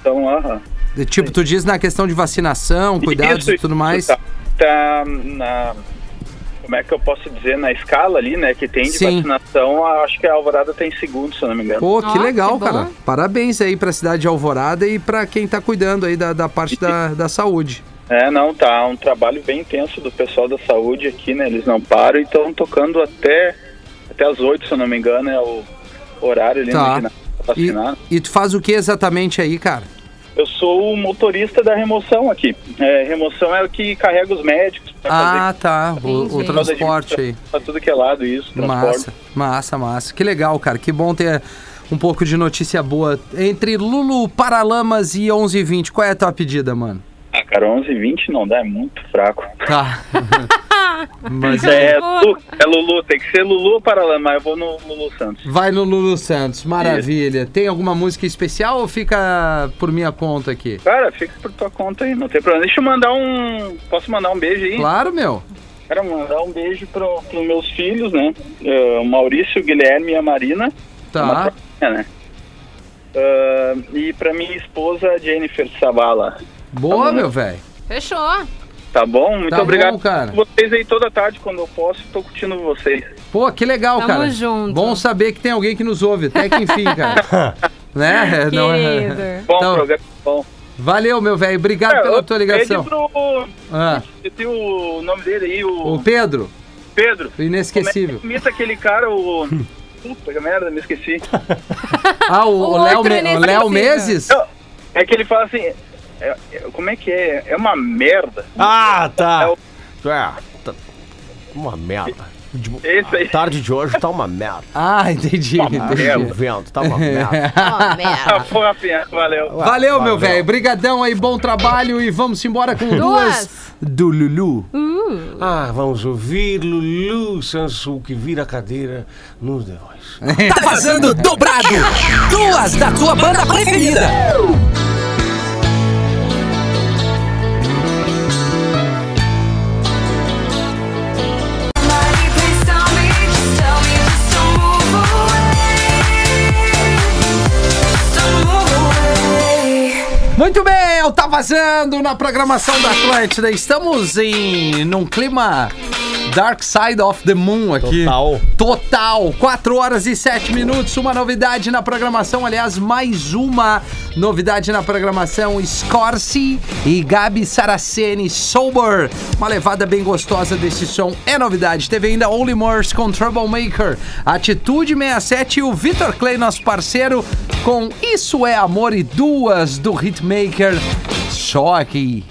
Speaker 9: Então, aham.
Speaker 3: De- Tipo, tu diz na questão de vacinação, cuidados
Speaker 9: Isso,
Speaker 3: e tudo
Speaker 9: isso,
Speaker 3: mais.
Speaker 9: Tá, tá na. Como é que eu posso dizer? Na escala ali, né? Que tem de
Speaker 3: Sim.
Speaker 9: vacinação, acho que a Alvorada tem segundo, se eu não me engano.
Speaker 3: Pô, que
Speaker 4: Ó,
Speaker 3: legal,
Speaker 4: que bom.
Speaker 3: cara. Parabéns aí pra cidade de Alvorada e pra quem tá cuidando aí da, da parte da, da saúde.
Speaker 9: É, não, tá um trabalho bem intenso do pessoal da saúde aqui, né? Eles não param e estão tocando até, até as 8, se eu não me engano, é o horário ali
Speaker 3: Tá.
Speaker 9: né, que na- pra
Speaker 3: E,
Speaker 9: vacinar.
Speaker 3: e tu faz o que exatamente aí, cara?
Speaker 9: Eu sou o motorista da remoção aqui. É, remoção é o que carrega os médicos pra
Speaker 3: Ah, tá. O, o
Speaker 4: Entendi.
Speaker 9: fazer
Speaker 3: transporte aí.
Speaker 9: pra, pra tudo que é lado isso, transporte.
Speaker 3: Massa, massa, massa. Que legal, cara. Que bom ter um pouco de notícia boa. Entre Lulu, Paralamas e 11h20, qual é a tua pedida, mano?
Speaker 9: Ah, cara, 11 20 não dá, é muito fraco.
Speaker 3: Tá. Mas
Speaker 9: É, Lu- é Lulu, tem que ser Lulu ou Paralama, eu vou no Lulu Santos.
Speaker 3: vai no Lulu Santos, maravilha. Tem alguma música especial ou fica por minha conta aqui?
Speaker 9: Cara, fica por tua conta aí, não tem problema. Deixa eu mandar um. Posso mandar um beijo aí?
Speaker 3: Claro, meu.
Speaker 9: Quero mandar um beijo para os meus filhos, né? Eh, o Maurício, o Guilherme e a Marina. Uma
Speaker 3: Tá.
Speaker 9: troquinha, né? Ah, e para minha esposa, Jennifer Sabala.
Speaker 3: Boa, meu velho.
Speaker 4: Fechou.
Speaker 9: Tá bom? Muito
Speaker 3: Tá bom,
Speaker 9: obrigado.
Speaker 3: cara.
Speaker 9: Vocês aí toda tarde, quando eu posso, tô curtindo vocês.
Speaker 3: Pô, que legal,
Speaker 4: Tamo
Speaker 3: cara.
Speaker 4: junto.
Speaker 3: Bom saber que tem alguém que nos ouve, até que enfim, cara. né? Não é-
Speaker 4: Ah, Querido.
Speaker 9: Bom
Speaker 3: Então,
Speaker 9: programa. bom.
Speaker 3: Valeu, meu velho.
Speaker 9: É,
Speaker 3: Obrigado pela tua Ah, ligação.
Speaker 9: Pede pro...
Speaker 3: Ah,
Speaker 9: Tem o nome dele aí, o,
Speaker 3: o Pedro,
Speaker 9: Pedro.
Speaker 3: o inesquecível.
Speaker 9: Como é que imita aquele cara, o... Puta que merda, me esqueci.
Speaker 3: Ah, o, o
Speaker 4: O
Speaker 3: Léo,
Speaker 4: outro
Speaker 3: Me- o Léo
Speaker 4: inesquecível.
Speaker 3: Meses?
Speaker 9: Não, é que ele fala assim... é- é- como é que é? É uma merda.
Speaker 5: Ah, tá.
Speaker 9: É o-
Speaker 5: Ah, tá. Uma merda. De-
Speaker 9: Esse aí.
Speaker 5: A tarde de hoje tá uma merda.
Speaker 3: Ah, entendi. entendi.
Speaker 5: Tá vento, tá uma merda.
Speaker 4: Ó, merda.
Speaker 9: Ah,
Speaker 3: tá.
Speaker 9: foi Rafinha, valeu.
Speaker 3: Valeu, meu velho. Brigadão aí, bom trabalho e vamos embora com duas
Speaker 4: Duas.
Speaker 3: do Lulu.
Speaker 5: Ah, vamos ouvir Lulu Sansu que vira a cadeira nos The Voice.
Speaker 1: Tá vazando dobrado. Duas da tua banda preferida.
Speaker 3: Muito bem, eu tá vazando na programação da Atlântida. Estamos em num clima Dark Side of the Moon aqui.
Speaker 5: Total.
Speaker 3: Total. 4 horas e 7 minutos. Uma novidade na programação. Aliás, mais uma novidade na programação. Scorsi e Gabi Saraceni Sober. Uma levada bem gostosa desse som. É novidade. Teve ainda Only Morse com Troublemaker. Atitude 67 e o Vitor Clay, nosso parceiro, com Isso é Amor e Duas do Hitmaker. Só aqui.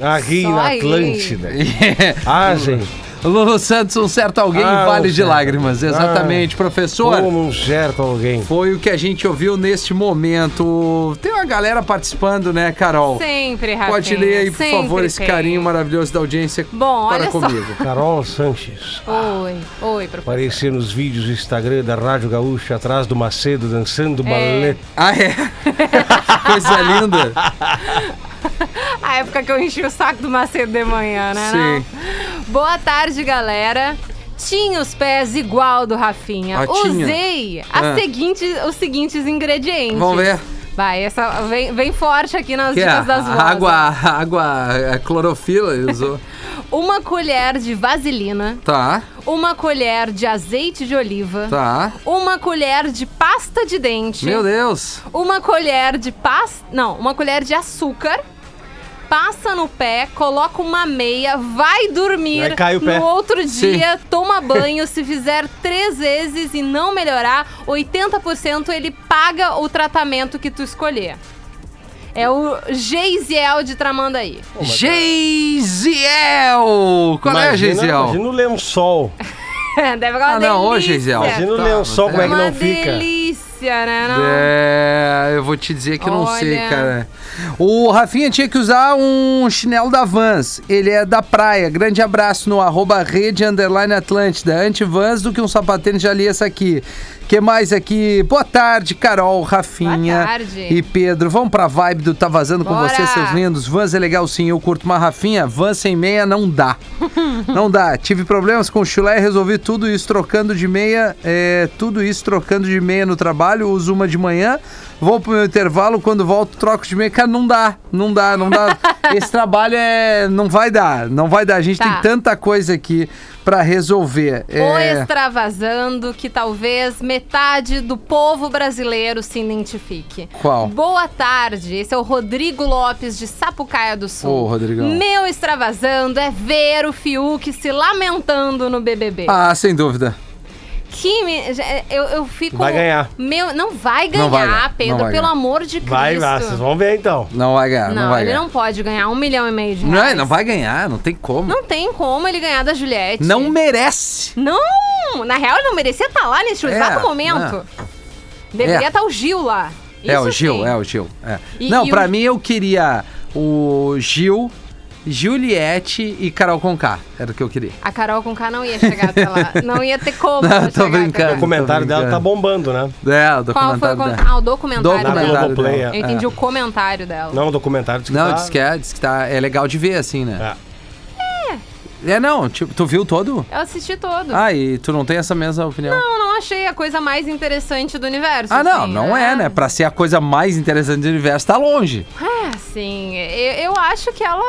Speaker 5: Aqui
Speaker 4: Só
Speaker 5: na
Speaker 4: aí.
Speaker 5: Atlântida. Ah, gente.
Speaker 3: Lulu Santos, um certo alguém
Speaker 5: Ah,
Speaker 3: vale
Speaker 5: um
Speaker 3: de
Speaker 5: certo.
Speaker 3: lágrimas. Exatamente, professor.
Speaker 5: Como um certo alguém.
Speaker 3: Foi o que a gente ouviu neste momento. Tem uma galera participando, né, Carol?
Speaker 4: Sempre, Rafinha.
Speaker 3: Pode ler aí, por
Speaker 4: Sempre
Speaker 3: favor, esse
Speaker 4: tem.
Speaker 3: carinho maravilhoso da audiência
Speaker 4: Bom,
Speaker 3: para
Speaker 4: olha só.
Speaker 3: comigo.
Speaker 5: Carol Sanches.
Speaker 4: Oi, oi, professor.
Speaker 5: Aparecer nos vídeos do Instagram da Rádio Gaúcha atrás do Macedo dançando balé.
Speaker 3: Ah, é? Coisa linda.
Speaker 4: A época que eu enchi o saco do Macedo de manhã, né?
Speaker 3: Sim.
Speaker 4: não? Boa tarde, galera. Tinha os pés igual do Rafinha.
Speaker 3: Ah, tinha.
Speaker 4: Usei a
Speaker 3: Ah.
Speaker 4: seguinte, os seguintes ingredientes.
Speaker 3: Vamos ver.
Speaker 4: Vai, essa vem, vem forte aqui nas
Speaker 3: Que é?
Speaker 4: dicas das vozes.
Speaker 3: Água, água, a clorofila ele usou.
Speaker 4: Uma colher de vaselina,
Speaker 3: tá,
Speaker 4: uma colher de azeite de oliva,
Speaker 3: tá.
Speaker 4: uma colher de pasta de dente,
Speaker 3: Meu Deus.
Speaker 4: uma colher de pasta, não, uma colher de açúcar. Passa no pé, coloca uma meia, vai dormir.
Speaker 5: Aí cai o
Speaker 4: no
Speaker 5: pé.
Speaker 4: outro dia, toma banho. Se fizer três vezes e não melhorar, 80% ele paga o tratamento que tu escolher. É o Geisiel de Tramandaí.
Speaker 3: Geisiel! Qual é, Geisiel?
Speaker 5: Imagina o lençol.
Speaker 4: Deve ficar uma
Speaker 3: Ah, não, ô,
Speaker 4: delícia.
Speaker 3: Geisiel.
Speaker 5: Imagina o
Speaker 3: Tá,
Speaker 5: lençol,
Speaker 3: mas
Speaker 5: como é que
Speaker 4: Uma
Speaker 5: não fica.
Speaker 4: delícia, né? Não?
Speaker 3: É, eu vou te dizer que eu não sei,
Speaker 4: Olha.
Speaker 3: cara. O Rafinha tinha que usar um chinelo da Vans. Ele é da praia. Grande abraço no arroba rede underline Atlântida. Anti-Vans do que um sapatênis. Já li essa aqui. que mais aqui? Boa tarde, Carol, Rafinha
Speaker 4: Boa tarde.
Speaker 3: e Pedro. Vamos pra vibe do Tá Vazando com
Speaker 4: Bora.
Speaker 3: vocês, seus lindos. Vans é legal sim, eu curto uma Rafinha. Vans sem meia não dá. Não dá. Tive problemas com o chulé e resolvi tudo isso trocando de meia. é, tudo isso trocando de meia no trabalho. Uso uma de manhã, vou pro meu intervalo. Quando volto, troco de meia. Cara, não dá. Não dá, não dá. Esse trabalho é. Não vai dar. Não vai dar. A gente
Speaker 4: Tá.
Speaker 3: tem tanta coisa aqui pra resolver.
Speaker 4: O
Speaker 3: É,
Speaker 4: extravasando que talvez metade do povo brasileiro se identifique.
Speaker 3: Qual?
Speaker 4: Boa tarde, esse é o Rodrigo Lopes de Sapucaia do Sul.
Speaker 3: Ô, Rodrigão.
Speaker 4: Meu extravasando é ver o Fiuk se lamentando no BBB.
Speaker 3: Ah, sem dúvida.
Speaker 4: Que me- eu, eu fico.
Speaker 5: Vai ganhar.
Speaker 4: Meu, não vai ganhar,
Speaker 3: Não vai ganhar, não
Speaker 4: Pedro,
Speaker 3: vai
Speaker 4: pelo
Speaker 3: ganhar.
Speaker 4: amor de Cristo.
Speaker 5: Vai, vai, vocês vão ver então.
Speaker 3: Não vai ganhar. Não,
Speaker 4: Não,
Speaker 3: vai
Speaker 4: ele
Speaker 3: ganhar.
Speaker 4: não pode ganhar um milhão e meio de
Speaker 3: Não, é,
Speaker 4: reais.
Speaker 3: não vai ganhar, não tem como.
Speaker 4: Não
Speaker 3: Não,
Speaker 4: tem como ele ganhar da Juliette.
Speaker 3: merece.
Speaker 4: Não! Na real, ele não merecia estar lá nesse
Speaker 3: É,
Speaker 4: exato momento. Deveria
Speaker 3: É.
Speaker 4: estar o Gil lá.
Speaker 3: é
Speaker 4: Isso
Speaker 3: o Gil,
Speaker 4: sim.
Speaker 3: é o Gil. é.
Speaker 4: E-
Speaker 3: não,
Speaker 4: e
Speaker 3: pra
Speaker 4: o-
Speaker 3: mim eu queria o Gil, Juliette e Carol Conká. Era o que eu queria.
Speaker 4: A Carol com K não ia chegar até lá. Não ia ter como.
Speaker 3: Não,
Speaker 4: ela
Speaker 3: tô
Speaker 4: chegar
Speaker 3: brincando.
Speaker 5: O
Speaker 4: Até lá.
Speaker 5: comentário dela tá bombando, né?
Speaker 3: É, o
Speaker 4: Qual foi o
Speaker 3: documentário
Speaker 4: com...
Speaker 3: dela.
Speaker 4: Ah, o documentário
Speaker 5: Documentário.
Speaker 4: dela.
Speaker 5: Globoplay,
Speaker 3: dela. É.
Speaker 4: Eu entendi o comentário dela.
Speaker 5: Não, o documentário diz que
Speaker 3: Não,
Speaker 5: tá-
Speaker 3: diz que, é, diz que tá, é legal de ver, assim, né?
Speaker 5: É.
Speaker 3: É, não, tipo, tu viu todo?
Speaker 4: Eu assisti todo.
Speaker 3: Ah, e tu não tem essa mesma opinião?
Speaker 4: Não, não achei a coisa mais interessante do universo.
Speaker 3: ah, não,
Speaker 4: assim,
Speaker 3: não é, né? Pra ser a coisa mais interessante do universo, tá longe.
Speaker 4: É, assim, eu, eu acho que ela.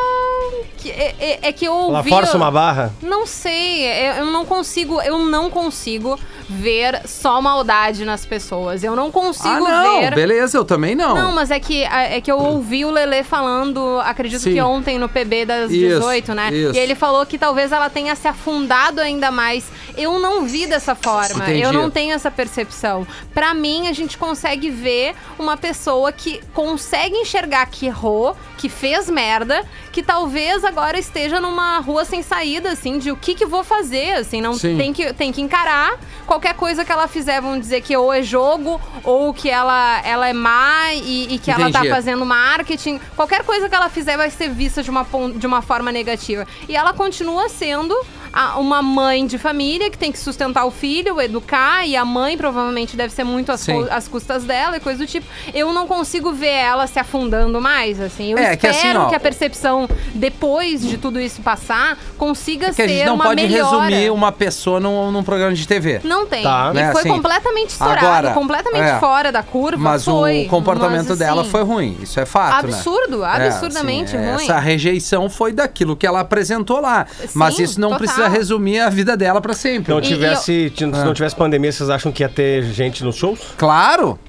Speaker 4: que- é, é- é que eu ouvi.
Speaker 5: Ela força uma barra.
Speaker 4: Não sei, eu, eu não consigo, eu não consigo ver só maldade nas pessoas. Eu não consigo
Speaker 3: Ah, não,
Speaker 4: ver.
Speaker 3: beleza, eu também não.
Speaker 4: Não, mas é que, é que eu ouvi o Lelê falando, acredito
Speaker 3: Sim.
Speaker 4: que ontem no PB das
Speaker 3: Isso,
Speaker 4: 18, né?
Speaker 3: isso.
Speaker 4: E ele falou que talvez ela tenha se afundado ainda mais. Eu não vi dessa forma.
Speaker 3: Entendi.
Speaker 4: Eu não tenho essa percepção. Pra mim, a gente consegue ver uma pessoa que consegue enxergar que errou, que fez merda, que talvez agora esteja numa rua sem saída, assim, de o que que vou fazer, assim, não
Speaker 3: Sim.
Speaker 4: tem que, tem que encarar. Qualquer coisa que ela fizer, vão dizer que ou é jogo, ou que ela, ela é má e, e que ela tá
Speaker 3: Entendi.
Speaker 4: fazendo marketing. Qualquer coisa que ela fizer vai ser vista de uma, pon- de uma forma negativa. E ela continua sendo a- uma mãe de família que tem que sustentar o filho, educar, e a mãe provavelmente deve ser muito às,
Speaker 3: Sim.
Speaker 4: co- às custas dela e coisa do tipo. Eu não consigo ver ela se afundando mais, assim. Eu
Speaker 3: É,
Speaker 4: espero que,
Speaker 3: que assim, ó,
Speaker 4: a percepção, depois de tudo isso passar, consiga
Speaker 3: É que a gente
Speaker 4: ser
Speaker 3: não
Speaker 4: uma
Speaker 3: pode
Speaker 4: melhora.
Speaker 3: resumir uma pessoa num, num programa de TV.
Speaker 4: Não tem.
Speaker 5: Tá.
Speaker 4: E
Speaker 3: Né,
Speaker 4: foi
Speaker 3: assim,
Speaker 4: completamente estourado,
Speaker 3: agora,
Speaker 4: completamente
Speaker 3: é.
Speaker 4: fora da curva.
Speaker 3: Mas
Speaker 4: foi,
Speaker 3: o comportamento
Speaker 4: mas,
Speaker 3: dela
Speaker 4: assim,
Speaker 3: foi ruim, isso é fato, né?
Speaker 4: Absurdo,
Speaker 3: É,
Speaker 4: absurdamente
Speaker 3: assim,
Speaker 4: ruim.
Speaker 3: Essa rejeição foi daquilo que ela apresentou lá. mas
Speaker 4: Sim,
Speaker 3: isso não
Speaker 4: total.
Speaker 3: precisa resumir a vida dela pra sempre.
Speaker 5: Não
Speaker 4: E-
Speaker 5: tivesse, ti- se
Speaker 3: Ah.
Speaker 5: não tivesse pandemia, vocês acham que ia ter gente nos shows?
Speaker 3: Claro!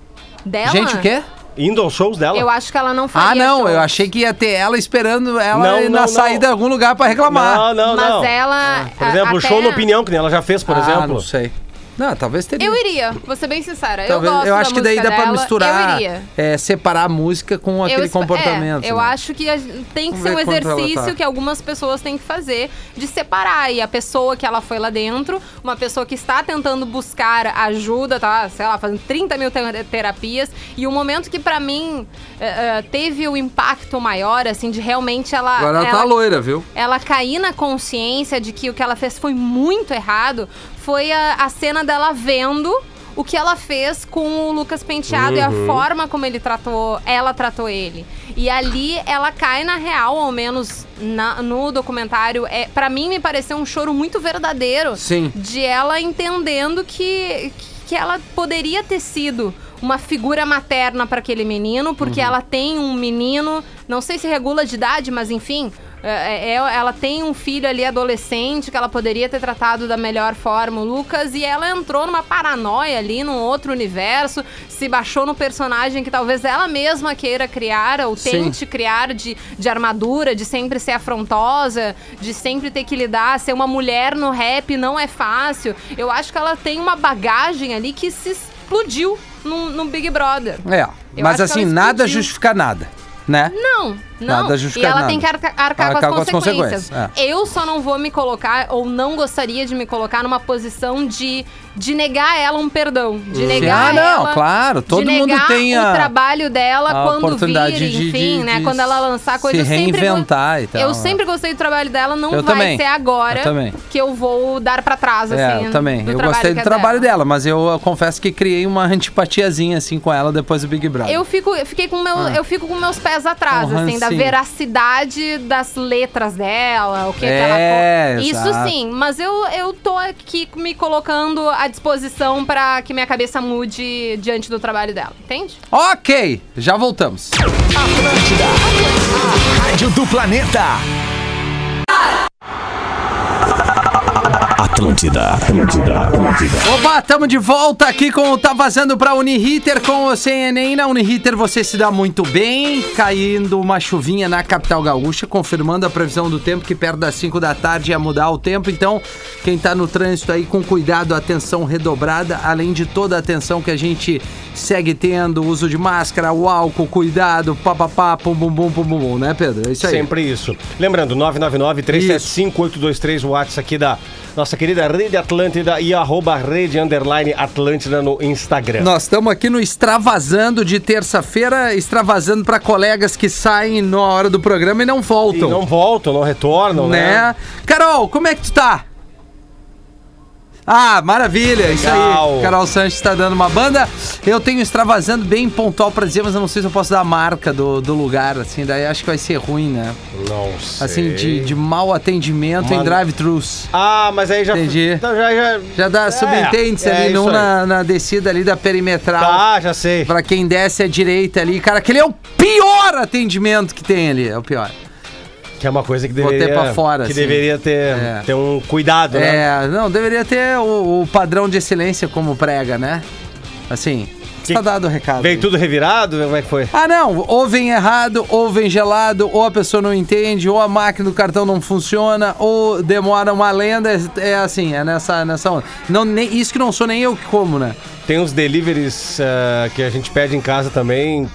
Speaker 4: Dela?
Speaker 3: Gente, o quê?
Speaker 5: Indo aos shows dela?
Speaker 4: Eu acho que ela não
Speaker 3: Ah,
Speaker 4: faria
Speaker 3: não,
Speaker 4: show.
Speaker 3: eu achei que ia ter ela esperando ela
Speaker 5: Não,
Speaker 3: ir
Speaker 5: não,
Speaker 3: na
Speaker 5: não.
Speaker 3: saída de algum lugar pra reclamar.
Speaker 5: Não, não,
Speaker 4: Mas
Speaker 5: não.
Speaker 4: ela...
Speaker 5: Por
Speaker 4: a-
Speaker 5: exemplo, o
Speaker 4: até-
Speaker 5: show na opinião, que nem ela já fez, por
Speaker 3: Ah,
Speaker 5: exemplo.
Speaker 3: Não sei. Não, talvez teria.
Speaker 4: Eu iria, vou ser bem sincera.
Speaker 3: Talvez-
Speaker 4: eu gosto
Speaker 3: acho
Speaker 4: da
Speaker 3: que daí
Speaker 4: música
Speaker 3: dá pra
Speaker 4: dela, Eu
Speaker 3: misturar,
Speaker 4: iria.
Speaker 3: é, separar a música com
Speaker 4: Eu
Speaker 3: aquele
Speaker 4: esp-
Speaker 3: comportamento.
Speaker 4: é, eu
Speaker 3: né?
Speaker 4: acho que a gente- tem que
Speaker 3: Vamos
Speaker 4: ser um
Speaker 3: ver quanto ela
Speaker 4: exercício
Speaker 3: tá.
Speaker 4: que algumas pessoas têm que fazer de separar. E a pessoa que ela foi lá dentro, uma pessoa que está tentando buscar ajuda, tá, sei lá, fazendo 30 mil te- terapias. E o momento que, pra mim, eh, eh, teve o impacto maior, assim, de realmente ela.
Speaker 3: Agora ela tá
Speaker 4: ela-
Speaker 3: loira, viu?
Speaker 4: ela cair na consciência de que o que ela fez foi muito errado foi a, a cena dela vendo o que ela fez com o Lucas Penteado e a forma como ele tratou, ela tratou ele. E ali ela cai na real, ao menos na- no documentário. É, para mim me pareceu um choro muito verdadeiro
Speaker 3: Sim.
Speaker 4: de ela entendendo que, que ela poderia ter sido uma figura materna para aquele menino, porque ela tem um menino, não sei se regula de idade, mas enfim, é- é- ela tem um filho ali adolescente que ela poderia ter tratado da melhor forma, o Lucas, e ela entrou numa paranoia ali, num outro universo, se baixou no personagem que talvez ela mesma queira criar ou
Speaker 3: Sim.
Speaker 4: tente te criar de, de armadura, de sempre ser afrontosa, de sempre ter que lidar, ser uma mulher no rap não é fácil. Eu acho que ela tem uma bagagem ali que se explodiu no, no Big Brother.
Speaker 3: É.
Speaker 4: Eu
Speaker 3: Mas
Speaker 4: acho que
Speaker 3: assim,
Speaker 4: ela
Speaker 3: nada
Speaker 4: explodiu.
Speaker 3: justifica nada, né?
Speaker 4: Não, não.
Speaker 3: Nada
Speaker 4: e
Speaker 3: justifica
Speaker 4: ela
Speaker 3: nada.
Speaker 4: tem que arca- arcar,
Speaker 3: Arcar
Speaker 4: com as consequências.
Speaker 3: consequências, é.
Speaker 4: Eu só não vou me colocar, ou não gostaria de me colocar numa posição de, de negar ela um perdão. De negar
Speaker 3: Ah, não,
Speaker 4: ela-
Speaker 3: claro,
Speaker 4: de
Speaker 3: todo mundo
Speaker 4: negar
Speaker 3: tem
Speaker 4: o
Speaker 3: a-
Speaker 4: trabalho dela
Speaker 3: a
Speaker 4: quando vir,
Speaker 3: oportunidade de-
Speaker 4: enfim,
Speaker 3: de-
Speaker 4: né?
Speaker 3: de
Speaker 4: quando ela lançar
Speaker 3: se
Speaker 4: coisa, eu sempre vou-
Speaker 3: reinventar e tal,
Speaker 4: Eu
Speaker 3: né?
Speaker 4: sempre gostei do trabalho dela, não
Speaker 3: Eu
Speaker 4: vai
Speaker 3: também,
Speaker 4: ser agora
Speaker 3: eu também.
Speaker 4: que eu vou dar pra trás, assim.
Speaker 3: é, eu também.
Speaker 4: do
Speaker 3: Eu
Speaker 4: trabalho
Speaker 3: gostei do
Speaker 4: que é
Speaker 3: trabalho dela. mas eu, eu confesso que criei uma antipatiazinha assim com ela depois do Big Brother.
Speaker 4: Eu fico, eu fiquei com meu, eu fico com meus pés atrás,
Speaker 3: Ah. Um
Speaker 4: assim, da
Speaker 3: rancinho.
Speaker 4: veracidade das letras dela, o que, que
Speaker 3: É,
Speaker 4: ela co- Isso
Speaker 3: exato.
Speaker 4: sim, mas eu, eu tô aqui me colocando à disposição pra que minha cabeça mude diante do trabalho dela, entende?
Speaker 3: Ok, já voltamos.
Speaker 1: Rádio do Planeta. Atlântida, Atlântida, Atlântida.
Speaker 3: Oba, tamo de volta aqui com o Tá Vazando pra Uniriter com o CNN. Na Uniriter você se dá muito bem, caindo uma chuvinha na capital gaúcha, confirmando a previsão do tempo que perto das 5 da tarde ia mudar o tempo. Então, quem tá no trânsito aí com cuidado, atenção redobrada, além de toda a atenção que a gente segue tendo, uso de máscara, o álcool, cuidado, papapá, pum bum bum pum bum, bum, né, Pedro? É isso aí.
Speaker 5: Sempre isso. Lembrando, 999-375-823, o WhatsApp aqui da nossa querida Rede Atlântida e arroba Rede Underline Atlântida no Instagram.
Speaker 3: Nós estamos aqui no Extravasando de terça-feira, extravasando para colegas que saem na hora do programa e não
Speaker 5: E né?
Speaker 3: voltam.
Speaker 5: não voltam, não retornam, né?
Speaker 3: né? Carol, como é que tu tá? Ah, maravilha, isso aí.
Speaker 5: Legal.
Speaker 3: Carol Sanches tá dando uma banda. Eu tenho extravasando bem pontual pra dizer, mas eu não sei se eu posso dar a marca do, do lugar, assim, daí acho que vai ser ruim, né?
Speaker 5: Não sei.
Speaker 3: Assim, de, de mau atendimento em
Speaker 5: Mano.
Speaker 3: drive-thrus.
Speaker 5: Ah, mas aí já...
Speaker 3: Entendi.
Speaker 5: Então já... Já,
Speaker 3: Já dá,
Speaker 5: É,
Speaker 3: subentende-se
Speaker 5: é
Speaker 3: ali,
Speaker 5: isso
Speaker 3: não
Speaker 5: aí.
Speaker 3: na, na descida ali da perimetral.
Speaker 5: Tá, já sei.
Speaker 3: Pra quem desce à direita ali, cara, aquele é o pior atendimento que tem ali, é o pior.
Speaker 5: Que é uma coisa que
Speaker 3: Botei
Speaker 5: deveria...
Speaker 3: pra fora,
Speaker 5: Que
Speaker 3: assim.
Speaker 5: deveria ter,
Speaker 3: É.
Speaker 5: ter um cuidado, né?
Speaker 3: É, não, deveria ter o, o padrão de excelência como prega, né? Assim,
Speaker 5: Que-
Speaker 3: tá dado o recado.
Speaker 5: Veio tudo revirado? Como é que foi?
Speaker 3: Ah, não, ou vem errado, ou vem gelado, ou a pessoa não entende, ou a máquina do cartão não funciona, ou demora uma lenda, é, é assim, é nessa, nessa onda. Não, nem, isso que não sou nem eu que como, né?
Speaker 5: Tem uns deliveries ah, que a gente pede em casa também.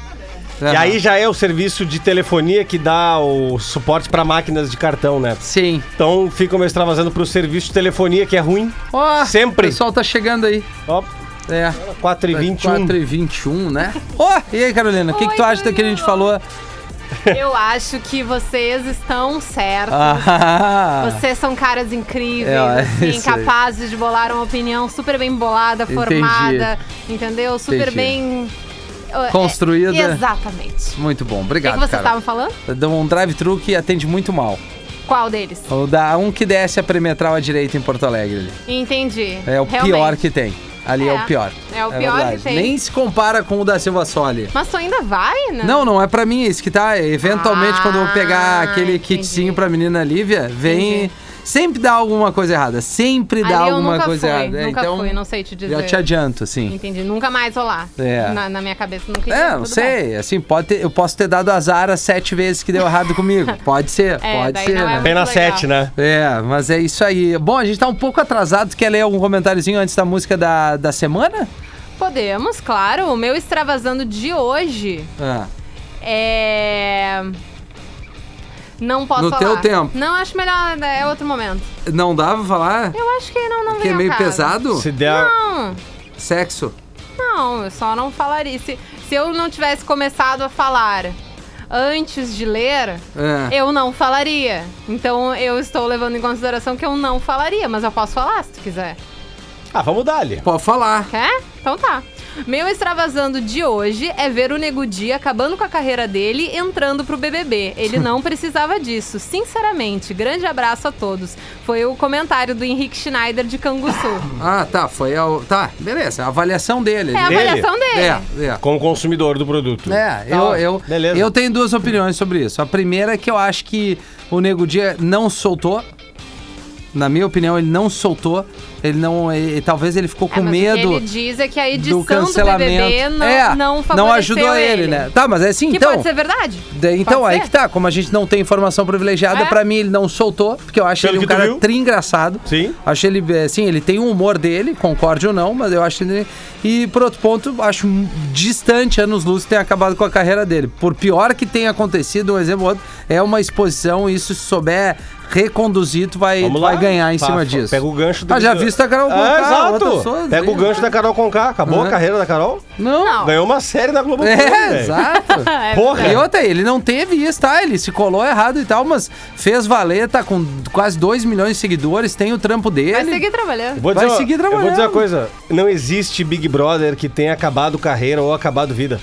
Speaker 3: É,
Speaker 5: E
Speaker 3: não.
Speaker 5: aí já é o serviço de telefonia que dá o suporte pra máquinas de cartão, né?
Speaker 3: Sim.
Speaker 5: Então fica me extravasando pro serviço de telefonia, que é ruim.
Speaker 3: Ó,
Speaker 5: Sempre.
Speaker 3: O pessoal tá chegando aí.
Speaker 5: Ó,
Speaker 3: É.
Speaker 5: 4 e 21.
Speaker 3: 4 e 21, né? Ó, e aí, Carolina, o que,
Speaker 4: Oi,
Speaker 3: que tu acha daquele que a gente falou?
Speaker 4: Eu acho que vocês estão certos.
Speaker 3: Ah,
Speaker 4: Vocês são caras incríveis,
Speaker 3: É, ó, é
Speaker 4: assim,
Speaker 3: isso aí.
Speaker 4: capazes de bolar uma opinião super bem bolada,
Speaker 3: Entendi.
Speaker 4: formada, entendeu? Super
Speaker 3: Entendi.
Speaker 4: bem. é,
Speaker 3: Construída.
Speaker 4: Exatamente.
Speaker 3: muito bom,
Speaker 4: O que,
Speaker 3: obrigado,
Speaker 4: que vocês
Speaker 3: cara.
Speaker 4: estavam falando?
Speaker 3: Dá um drive-thru que atende muito mal.
Speaker 4: Qual deles?
Speaker 3: Ou dá um que desce a perimetral à direita em Porto Alegre. ali.
Speaker 4: Entendi.
Speaker 3: É o
Speaker 4: Realmente.
Speaker 3: pior que tem. Ali
Speaker 4: É.
Speaker 3: é, o pior.
Speaker 4: É o pior
Speaker 3: verdade.
Speaker 4: que tem.
Speaker 3: Nem se compara com o da Silva Soli.
Speaker 4: Mas tu ainda vai, né?
Speaker 3: Não, não é pra mim, é isso que tá. Eventualmente,
Speaker 4: Ah,
Speaker 3: quando eu vou pegar aquele
Speaker 4: entendi.
Speaker 3: kitzinho pra menina Lívia, vem.
Speaker 4: Entendi.
Speaker 3: Sempre dá alguma coisa errada. Sempre
Speaker 4: Ali
Speaker 3: dá
Speaker 4: eu
Speaker 3: alguma
Speaker 4: nunca
Speaker 3: coisa
Speaker 4: fui,
Speaker 3: errada. É,
Speaker 4: nunca
Speaker 3: então,
Speaker 4: fui, não sei te dizer.
Speaker 3: Já te adianto, assim.
Speaker 4: Entendi. Nunca mais vou lá.
Speaker 3: É.
Speaker 4: Na, na minha cabeça nunca
Speaker 3: É,
Speaker 4: ia,
Speaker 3: não
Speaker 4: tudo
Speaker 3: sei,
Speaker 4: bem.
Speaker 3: assim, pode ter- eu posso ter dado azar as sete vezes que deu errado comigo. Pode ser,
Speaker 4: É,
Speaker 3: pode
Speaker 4: daí
Speaker 3: ser,
Speaker 4: não é
Speaker 3: né?
Speaker 4: muito
Speaker 5: Apenas
Speaker 4: legal.
Speaker 5: 7, né?
Speaker 3: É, mas é isso aí. Bom, a gente tá um pouco atrasado. Quer ler algum comentáriozinho antes da música da, da semana?
Speaker 4: Podemos, claro. O meu extravasando de hoje
Speaker 3: Ah,
Speaker 4: é. Não posso
Speaker 3: No
Speaker 4: falar.
Speaker 3: teu tempo.
Speaker 4: Não, acho melhor. É outro momento.
Speaker 3: não dá pra falar?
Speaker 4: Eu acho que não, não
Speaker 3: Que
Speaker 4: vem
Speaker 3: é
Speaker 4: ao
Speaker 3: meio
Speaker 4: caso.
Speaker 3: pesado?
Speaker 5: Se der.
Speaker 4: Não,
Speaker 3: Sexo?
Speaker 4: não, eu só não falaria. Se, se eu não tivesse começado a falar antes de ler,
Speaker 3: É.
Speaker 4: eu não falaria. Então eu estou levando em consideração que eu não falaria, mas eu posso falar se tu quiser.
Speaker 5: Ah, vamos dar ali.
Speaker 3: Pode falar.
Speaker 4: Quer? Então tá. Meu extravasando de hoje é ver o Nego Di acabando com a carreira dele entrando pro BBB. Ele não precisava disso. Sinceramente, grande abraço a todos. Foi o comentário do Henrique Schneider de Canguçu.
Speaker 3: Ah, tá, foi ao. Tá, beleza, a avaliação dele.
Speaker 4: É a
Speaker 3: né?
Speaker 5: Dele?
Speaker 4: avaliação dele.
Speaker 3: É, é.
Speaker 5: Como consumidor do produto.
Speaker 3: É,
Speaker 5: Tá,
Speaker 3: eu, eu,
Speaker 5: Beleza.
Speaker 3: eu tenho duas opiniões sobre isso. A primeira é que eu acho que o Nego Dia não soltou. Na minha opinião, ele não soltou. Ele não. ele- talvez ele ficou
Speaker 4: É,
Speaker 3: com
Speaker 4: mas O
Speaker 3: medo
Speaker 4: que ele diz é que a edição
Speaker 3: do
Speaker 4: do, BBB
Speaker 3: cancelamento.
Speaker 4: não,
Speaker 3: é,
Speaker 4: não favoreceu
Speaker 3: não ajudou ele, né? Tá, mas é assim,
Speaker 4: Que
Speaker 3: então.
Speaker 4: pode ser verdade.
Speaker 3: Daí, então,
Speaker 4: Pode
Speaker 3: aí
Speaker 4: ser.
Speaker 3: que tá. Como a gente não tem informação privilegiada,
Speaker 4: É.
Speaker 3: pra mim ele não soltou, porque eu acho
Speaker 5: Pelo
Speaker 3: ele um
Speaker 5: que tu
Speaker 3: cara
Speaker 5: viu.
Speaker 3: tri engraçado.
Speaker 5: Sim.
Speaker 3: Acho ele, eh, assim, ele tem o humor dele, concorde ou não, mas eu acho ele. E por outro ponto, acho m- distante anos luz ter acabado com a carreira dele. Por pior que tenha acontecido, um exemplo ou outro, é uma exposição, e isso se souber reconduzir, tu vai, tu vai ganhar em
Speaker 5: Tá,
Speaker 3: cima
Speaker 5: fa-
Speaker 3: disso.
Speaker 5: Pega o gancho
Speaker 3: Ah, já visto a Carol
Speaker 5: É,
Speaker 3: Conká, outras
Speaker 5: exato.
Speaker 3: pessoas,
Speaker 5: Pega o
Speaker 3: é.
Speaker 5: gancho da Carol Conká. Acabou
Speaker 3: Uhum.
Speaker 5: a carreira da Carol.
Speaker 3: Não.
Speaker 4: Não.
Speaker 5: Ganhou uma série da Globo.
Speaker 3: É, exato.
Speaker 4: É,
Speaker 5: Porra.
Speaker 3: E outra, ele não teve isso, tá? Ele se colou errado e tal, mas fez valer, tá com quase 2 milhões de seguidores, tem o trampo dele.
Speaker 4: Vai seguir trabalhando.
Speaker 5: Vou
Speaker 3: Vai
Speaker 5: dizer, uma-
Speaker 3: seguir
Speaker 5: Eu vou dizer
Speaker 3: trabalhando.
Speaker 5: uma coisa. Não existe Big Brother que tenha acabado carreira ou acabado vida.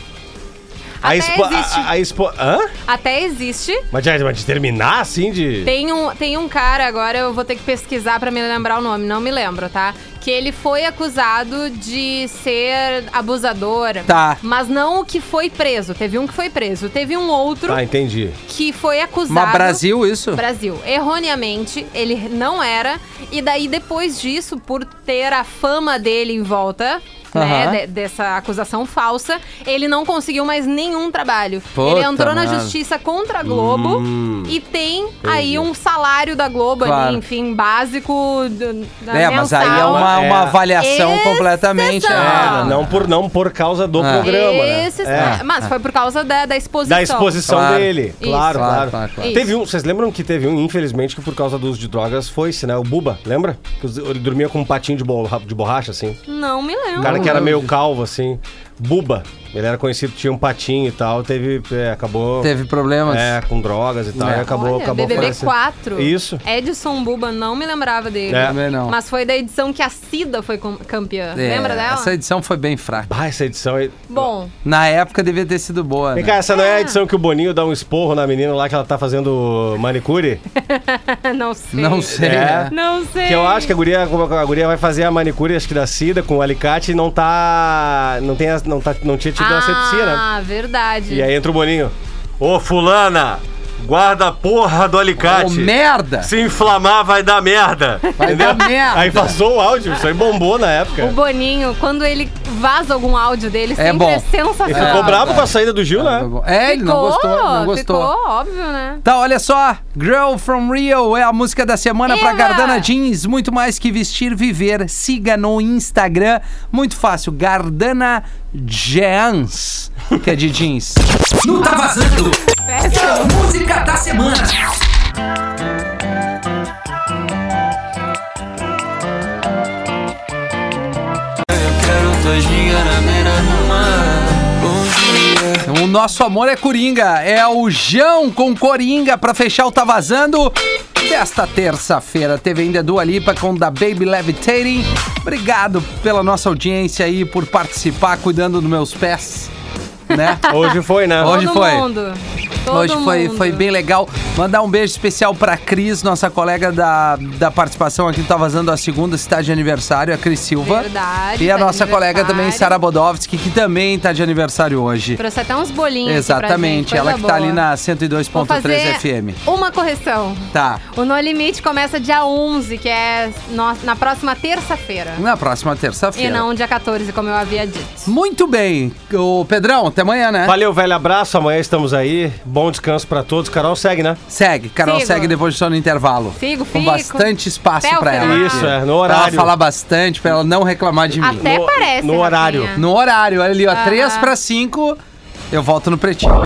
Speaker 5: A
Speaker 4: Até
Speaker 5: expo-
Speaker 4: existe.
Speaker 5: A, a expo... Hã?
Speaker 4: Até existe.
Speaker 5: Mas de, mas de terminar assim de...
Speaker 4: Tem um, tem um cara, agora eu vou ter que pesquisar pra me lembrar o nome, não me lembro, tá? Que ele foi acusado de ser abusador.
Speaker 3: Tá.
Speaker 4: Mas não o que foi preso. Teve um que foi preso. Teve um outro
Speaker 5: Ah, entendi.
Speaker 4: que foi acusado.
Speaker 3: Mas Brasil, isso?
Speaker 4: Brasil. Erroneamente, ele não era. E daí, depois disso, por ter a fama dele em volta. Né,
Speaker 3: Aham.
Speaker 4: de- dessa acusação falsa, ele não conseguiu mais nenhum trabalho.
Speaker 3: Puta
Speaker 4: ele entrou na
Speaker 3: merda. Hum.
Speaker 4: justiça contra a Globo e tem aí um salário da Globo
Speaker 3: Claro.
Speaker 4: ali, enfim, básico. do- da
Speaker 3: é, mas aí é
Speaker 4: mensal.
Speaker 3: uma,
Speaker 5: É.
Speaker 3: uma avaliação
Speaker 4: Exceção.
Speaker 3: completamente. né?
Speaker 4: Ah.
Speaker 5: É, não por, não por causa do
Speaker 3: Ah.
Speaker 5: programa, né?
Speaker 4: Esse-
Speaker 5: É.
Speaker 4: Mas foi por causa da, da exposição.
Speaker 5: Da exposição
Speaker 3: Claro.
Speaker 5: dele.
Speaker 4: Isso.
Speaker 5: Claro,
Speaker 3: Claro,
Speaker 5: claro.
Speaker 3: claro, claro.
Speaker 5: Teve um, vocês lembram que teve um, infelizmente, que por causa do uso de drogas foi-se, né? O Buba, lembra? Que os- ele dormia com um patinho de, borra- de borracha, assim.
Speaker 4: Não me lembro.
Speaker 5: O cara que era
Speaker 3: lembro
Speaker 5: meio
Speaker 3: disso.
Speaker 5: calvo, assim. Buba. Ele era conhecido, tinha um patinho e tal, teve. é, acabou.
Speaker 3: Teve problemas.
Speaker 5: É, com drogas e tal,
Speaker 3: É.
Speaker 5: e acabou,
Speaker 4: Olha,
Speaker 5: acabou
Speaker 4: BBB
Speaker 5: falecendo.
Speaker 4: 4.
Speaker 5: Isso.
Speaker 4: Edson Buba, não me lembrava dele.
Speaker 5: É.
Speaker 3: Também não.
Speaker 4: Mas foi da edição que a Cida foi com- campeã.
Speaker 3: É,
Speaker 4: Lembra dela?
Speaker 3: Essa edição foi bem fraca.
Speaker 5: Ah, essa edição aí.
Speaker 3: Tá
Speaker 4: Bom,
Speaker 3: Na época devia ter sido boa.
Speaker 5: Vem
Speaker 3: Né?
Speaker 5: cá, essa não é a edição que o Boninho dá um esporro na menina lá que ela tá fazendo manicure?
Speaker 4: não sei.
Speaker 3: Não sei.
Speaker 5: É.
Speaker 3: né?
Speaker 4: Não sei.
Speaker 5: Que eu acho que a guria, a guria vai fazer a manicure, acho que da Cida, com o alicate e não tá. Não, tem, a- não, tá, não tinha tido
Speaker 4: ah,
Speaker 5: uma sepsia, né?
Speaker 4: verdade.
Speaker 5: E aí entra o Boninho. Ô, fulana, guarda a porra do
Speaker 3: Ô,
Speaker 5: alicate.
Speaker 3: merda!
Speaker 5: Se inflamar, vai dar merda.
Speaker 3: Vai dar merda.
Speaker 5: Aí passou o áudio, isso aí bombou na
Speaker 4: O
Speaker 5: época.
Speaker 4: Boninho, quando ele vaza algum áudio dele,
Speaker 3: É
Speaker 4: sempre
Speaker 3: bom.
Speaker 4: é
Speaker 5: Ele
Speaker 4: sensacional.
Speaker 3: ah,
Speaker 5: ficou bravo
Speaker 3: tá.
Speaker 5: com a saída do Gil, né?
Speaker 3: É, ele não
Speaker 4: Ficou,
Speaker 3: gostou, não gostou.
Speaker 4: Ficou, óbvio, né?
Speaker 3: Tá, olha só, Girl from Rio é a música da semana pra
Speaker 4: Eba!
Speaker 3: Gardana Jeans, muito mais que vestir, viver. Siga no Instagram, muito fácil, Gardana Jeans, que é de jeans.
Speaker 1: Não tá vazando. Música da semana.
Speaker 3: O nosso amor é Coringa, é o Jão com Coringa pra fechar o Tá Vazando. Desta terça-feira teve ainda Dua Lipa com da Baby Levitating. Obrigado pela nossa audiência aí, por participar, cuidando dos meus pés, né?
Speaker 5: Hoje foi, né?
Speaker 3: Hoje
Speaker 4: Todo
Speaker 3: foi.
Speaker 4: mundo. Todo
Speaker 3: Hoje foi,
Speaker 4: mundo.
Speaker 3: foi bem legal. Mandar um beijo especial pra Cris, nossa colega da, da participação aqui, que tá vazando a segunda, está de aniversário, a Cris Silva.
Speaker 4: Verdade,
Speaker 3: E a
Speaker 4: tá de
Speaker 3: nossa colega também,
Speaker 4: aniversário.
Speaker 3: Sara Bodovski, que também tá de aniversário hoje.
Speaker 4: Trouxe até uns bolinhos. aqui pra gente,
Speaker 3: Exatamente,
Speaker 4: coisa
Speaker 3: ela que tá ali
Speaker 4: boa.
Speaker 3: na
Speaker 4: Vou
Speaker 3: 102.3
Speaker 4: fazer
Speaker 3: FM.
Speaker 4: Uma correção.
Speaker 3: Tá.
Speaker 4: O No Limite começa dia 11, que é no- na próxima terça-feira.
Speaker 3: Na próxima
Speaker 4: E
Speaker 3: terça-feira.
Speaker 4: não dia 14, como eu havia dito.
Speaker 3: Muito bem. Ô, Pedrão, até amanhã, né?
Speaker 5: Valeu, velho abraço. Amanhã estamos aí. Bom descanso pra todos. Carol segue, né?
Speaker 3: Segue, Carol
Speaker 4: Sigo.
Speaker 3: segue depois de só no intervalo.
Speaker 4: Sigo,
Speaker 3: Com
Speaker 4: fico.
Speaker 3: bastante espaço
Speaker 4: Até o
Speaker 3: pra ela.
Speaker 4: final.
Speaker 5: Isso, é, no
Speaker 3: Pra ela
Speaker 5: horário.
Speaker 3: falar bastante, pra ela não reclamar de mim.
Speaker 4: Até
Speaker 5: Hum. No-
Speaker 4: parece.
Speaker 5: no
Speaker 4: Rafinha.
Speaker 5: horário.
Speaker 3: No horário, olha ali, ó,
Speaker 4: Aham.
Speaker 3: 3 para 5, eu volto no pretinho.